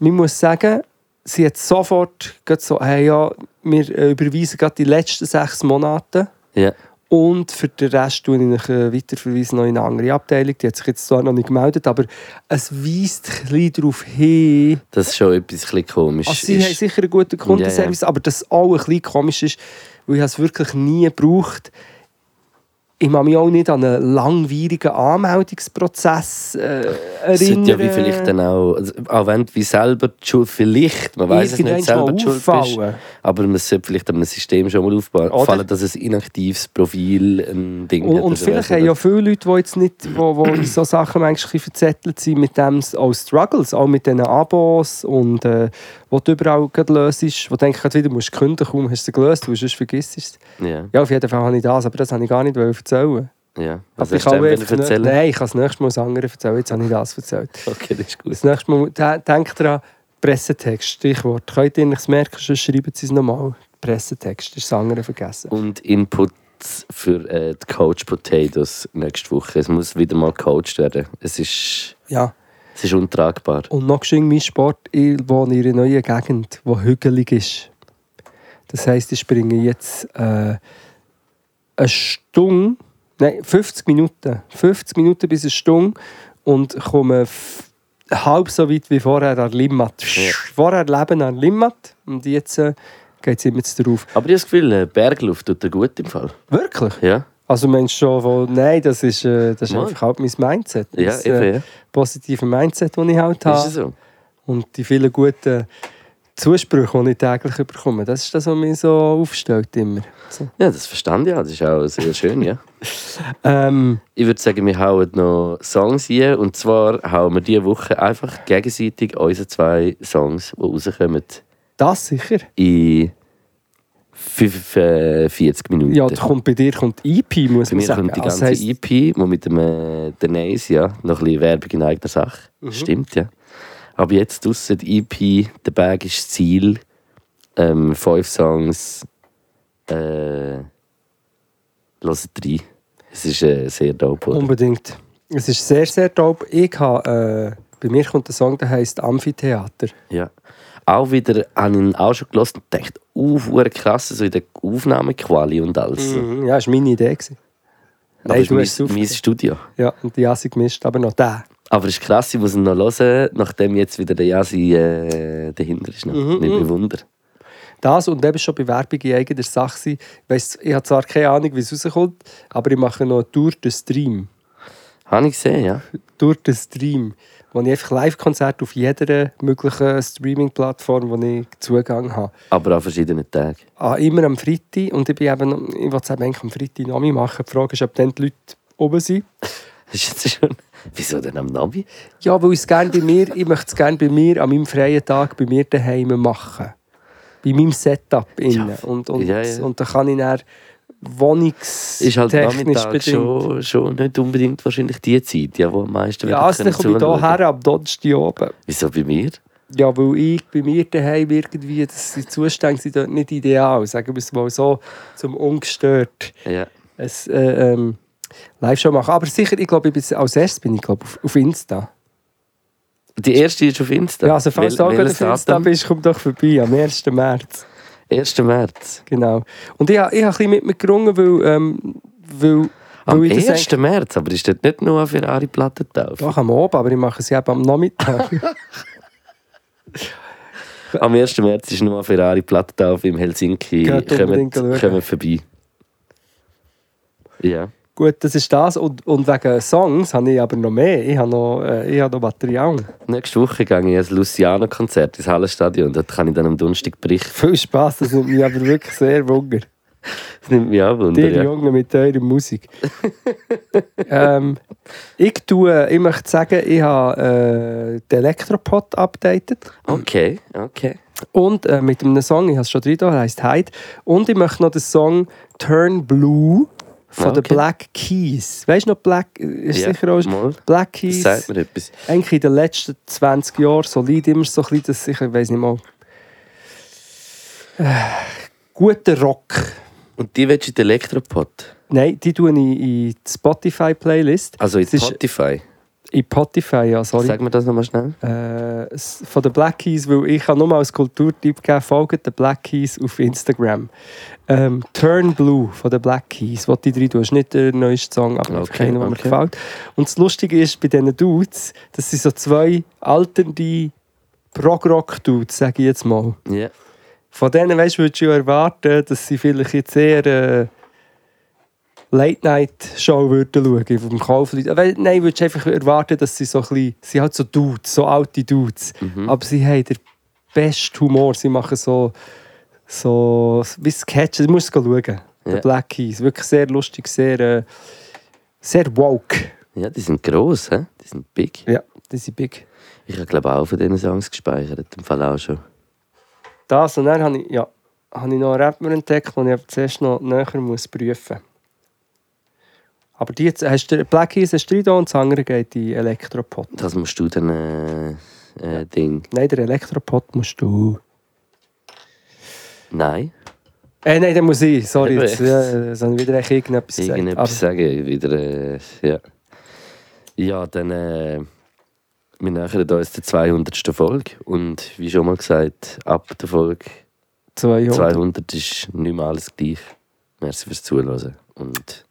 C: man muss sagen, sie hat sofort gerade so, hey ja, wir äh, überweisen gerade die letzten sechs Monate
B: Ja.
C: und für den Rest tue ich äh, weiterverweisen noch in eine andere Abteilung. Die hat sich jetzt zwar noch nicht gemeldet, aber es weist ein bisschen darauf hin,
B: Das ist schon etwas ein bisschen komisch.
C: also sie
B: Ist-
C: haben sicher einen guten Kundenservice, aber das auch ein bisschen komisch ist, weil ich es wirklich nie gebraucht ich kann mich auch nicht an einen langwierigen Anmeldungsprozess äh,
B: Es sollte
C: erinnern.
B: ja wie vielleicht dann auch, also, auch wenn du wie selber die Schuld, vielleicht, man weiß es nicht,
C: Irgendwann
B: selber
C: mal
B: die Schuld bist,
C: auffallen.
B: aber man sollte vielleicht einem System schon mal
C: Oder?
B: auffallen, dass ein inaktives Profil ein Ding
C: Und,
B: hat.
C: und
B: oder also weiss
C: vielleicht
B: nicht.
C: haben ja viele Leute, die jetzt nicht, wo, wo in so Sachen manchmal ein bisschen verzettelt sind, mit dem auch Struggles, auch mit diesen Abos und äh, wo du überall gerade löst, wo du denkst, gerade wieder musst du kündigen, kaum hast du sie gelöst, weil sonst vergisst du es.
B: Ja,
C: Ja, auf jeden Fall habe ich das, aber das habe ich gar nicht erzählen.
B: ja. Was
C: aber
B: hast du dem wollen
C: einfach
B: erzählen?
C: Nicht, nein, ich kann das nächste Mal das andere erzählen, jetzt habe ich das erzählt.
B: Okay, das ist gut.
C: Das nächste Mal, de- denkt daran, Pressetext, Stichwort. Könnt ihr es merken, sonst schreiben sie es nochmal. Pressetext, ist das andere vergessen.
B: Und Input für äh, die Coach Potatoes nächste Woche. Es muss wieder mal gecoacht werden. Es ist,
C: Ja.
B: es ist untragbar.
C: Und noch schön mein Sport, ich wohne in einer neuen Gegend, die hügelig ist. Das heisst, ich springe jetzt äh, eine Stunde, nein, 50 Minuten. 50 Minuten bis eine Stunde und komme f- halb so weit wie vorher an Limmat. Vorher leben an Limmat und jetzt äh, geht es immer zu drauf.
B: Aber ich habe das Gefühl, äh, Bergluft tut dir gut im Fall.
C: Wirklich?
B: Ja,
C: Also meinst du schon, wo, nein, das ist, äh, das ist
B: Mal.
C: einfach halt mein Mindset.
B: Ja,
C: das
B: eben, ja.
C: positive Mindset, das ich halt habe.
B: ist es so?
C: Und die vielen guten Zusprüche, die ich täglich bekomme, das ist das, was mich so aufstellt immer. So.
B: Ja, das verstand ich auch. Das ist auch sehr schön, ja.
C: Ähm,
B: Ich würde sagen, wir hauen noch Songs rein. Und zwar hauen wir diese Woche einfach gegenseitig unsere zwei Songs, die rauskommen,
C: das sicher.
B: in 45 Minuten.
C: Ja, da kommt bei dir kommt EP, muss
B: Bei
C: man
B: mir
C: sagen. Ah,
B: kommt die ganze E
C: heisst,
B: EP, die mit dem äh, Denise, ja, noch ein bisschen Werbung in eigener Sache.
C: Mhm.
B: Stimmt, ja. Aber jetzt draussen die EP, der Bag ist das Ziel. Ähm, fünf Songs. Äh, Hört rein. Es ist äh, sehr dope. oder?
C: Unbedingt. Es ist sehr, sehr top. Ich habe, äh, bei mir kommt ein Song, der heisst Amphitheater.
B: Ja. Auch wieder an ihn auch schon gelassen und gedacht, uh, verdammt krass, so in der Aufnahmequali und alles.
C: Mhm. Ja, das war meine Idee. gewesen.
B: Aber
C: Nein,
B: es
C: du hast
B: ist
C: es
B: mein, mein
C: aufgenommen.
B: Studio.
C: Ja, und die Assig gemischt, aber noch der.
B: Aber es ist krass, ich muss ihn noch hören, nachdem jetzt wieder der Jasi äh, dahinter ist. Noch.
C: Mhm,
B: Nicht mehr Wunder.
C: Das und eben schon Bewerbung in eigener Sache sein. Ich, weiss, ich habe zwar keine Ahnung, wie es rauskommt, aber ich mache noch durch den Stream.
B: Habe ich gesehen, ja.
C: durch den Stream, wo ich einfach Live-Konzerte auf jeder möglichen Streaming-Plattform, wo ich Zugang habe.
B: Aber an verschiedenen Tagen.
C: Ah, immer am Freitag und ich bin eben, ich will es eben eigentlich am Freitag Nami machen. Die Frage ist, ob dann die Leute oben sind.
B: Ist jetzt schon. Wieso denn am Navi?
C: Ja, weil ich es gerne bei mir, ich möchte es gerne bei mir an meinem freien Tag bei mir daheim machen. Bei meinem Setup innen. und, und,
B: Ja, ja.
C: und dann kann ich dann
B: Ist halt
C: wohnungstechnisch
B: Nachmittag
C: bedingt...
B: schon, schon nicht unbedingt wahrscheinlich die Zeit, ja, wo am meisten
C: ja,
B: werden
C: also dann
B: können
C: komme ich
B: zuschauen.
C: hierher, am Donnerstag oben.
B: Wieso bei mir?
C: Ja, weil ich bei mir daheim irgendwie, dass die Zustände sind dort nicht ideal, sagen wir es mal so, zum ungestört
B: Ja.
C: ein äh, ähm, Live-Show machen. Aber sicher, ich glaube, ich bin, als erstes bin ich glaube, auf, auf Insta.
B: Die erste ist auf Insta.
C: Ja, also falls du auch gerade auf Insta bist, komm doch vorbei, am 1. März.
B: 1. März.
C: Genau. Und ich, ha- ich habe ein bisschen mit mir gerungen, weil, ähm, weil,
B: Am
C: weil
B: 1.
C: eigentlich-
B: März, aber ist das nicht nur für alle Platten drauf?
C: Doch, am Abend, aber ich mache es eben am Nachmittag.
B: Am 1. März ist nur Ferrari Plattentauf im Helsinki.
C: Geht
B: Kommt,
C: unbedingt schauen.
B: kommt vorbei. Ja.
C: Gut, das ist das. Und, und wegen Songs habe ich aber noch mehr. Ich habe noch, äh, ich habe noch Material.
B: Nächste Woche gehe ich ins Luciano-Konzert ins Hallenstadion. Dort kann ich dann am Donnerstag berichten.
C: Viel Spass, das nimmt mich aber wirklich sehr wunder.
B: Das nimmt mich auch Wunder.
C: Ihr
B: Ja.
C: Jungen mit eurer Musik. ähm, ich, tue, ich möchte sagen, ich habe äh, den Elektropod updated
B: Okay, okay.
C: und äh, mit einem Song, ich habe es schon drin, der heisst Hyde. Und ich möchte noch den Song Turn Blue von
B: Ah, okay.
C: den Black Keys. Weißt du noch, Black ist
B: Ja,
C: sicher auch
B: mal.
C: Black
B: Das
C: Keys.
B: sagt mir etwas.
C: eigentlich in den letzten 20 Jahren solid immer so ein bisschen, dass ich, ich weiß nicht mal, äh, Guter Rock.
B: Und die willst du in den Elektropod?
C: Nein, die tue ich in die Spotify-Playlist.
B: Also in
C: Es ist-
B: Spotify?
C: In Spotify, ja, sorry.
B: Sag mir das nochmal schnell.
C: Äh, s- von den Black Keys, weil ich kann nur als Kulturtyp geben, folgt den Black Keys auf Instagram. Ähm, Turn Blue von den Black Keys, was die drei tun. Ist nicht der neueste Song, aber einfach
B: Okay,
C: einer, der mir
B: okay.
C: gefällt. Und das Lustige ist bei diesen Dudes, das sind so zwei alternde Prog-Rock-Dudes, sage ich jetzt mal.
B: Ja.
C: Von denen weißt, würdest du ja erwarten, dass sie vielleicht jetzt eher äh, Late-Night-Show würden schauen vom Kaufleuten. Aber Nein, würdest du einfach erwarten, dass sie so ein bisschen, sie halt so Dudes, so alte Dudes. Aber sie haben den besten Humor. Sie machen so, so wie Sketches. Du musst es schauen.
B: Ja.
C: Der Black Keys. Wirklich sehr lustig, sehr, äh, sehr woke.
B: ja, die sind gross, hä? die sind big.
C: Ja, die sind big.
B: Ich habe glaube auch von diesen Songs gespeichert, im Fall auch schon.
C: Das und dann habe ich, ja, habe ich noch einen Rapper entdeckt, den ich aber zuerst noch näher muss prüfen muss. Aber die jetzt, hast du Black Keys hast du drei da und das andere geht in Elektropod.
B: Das musst du dann... Äh, äh, Ding.
C: Nein, der Elektropod musst du.
B: Nein.
C: Äh, nein, den muss ich, sorry.
B: Eben.
C: Jetzt, ja, jetzt habe ich wieder echt irgendetwas gesagt.
B: Irgendetwas sagen, wieder... Äh, ja. Ja, dann... Äh, wir nähern uns der 200. Folge. Und wie schon mal gesagt, ab der Folge
C: Aber 200.
B: 200 ist nicht mehr alles gleich. Merci fürs Zuhören. Und...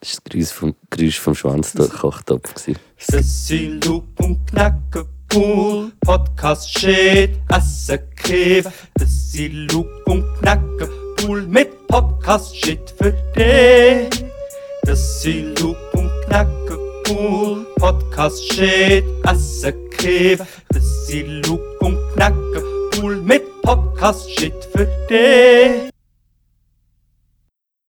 B: Das ist das Geräusch vom, Geräusch vom Schwanz der Kochtopf. gewesen.
A: Sissi, Luke und Knacke cool. Podcast shit, asse Kiff. Sissi, Luke und Knacke cool mit Podcast shit für dich. Sissi, Luke und Knacke cool. Podcast shit, asse Kiff. Sissi, Luke und Knacke cool mit Podcast shit für dich.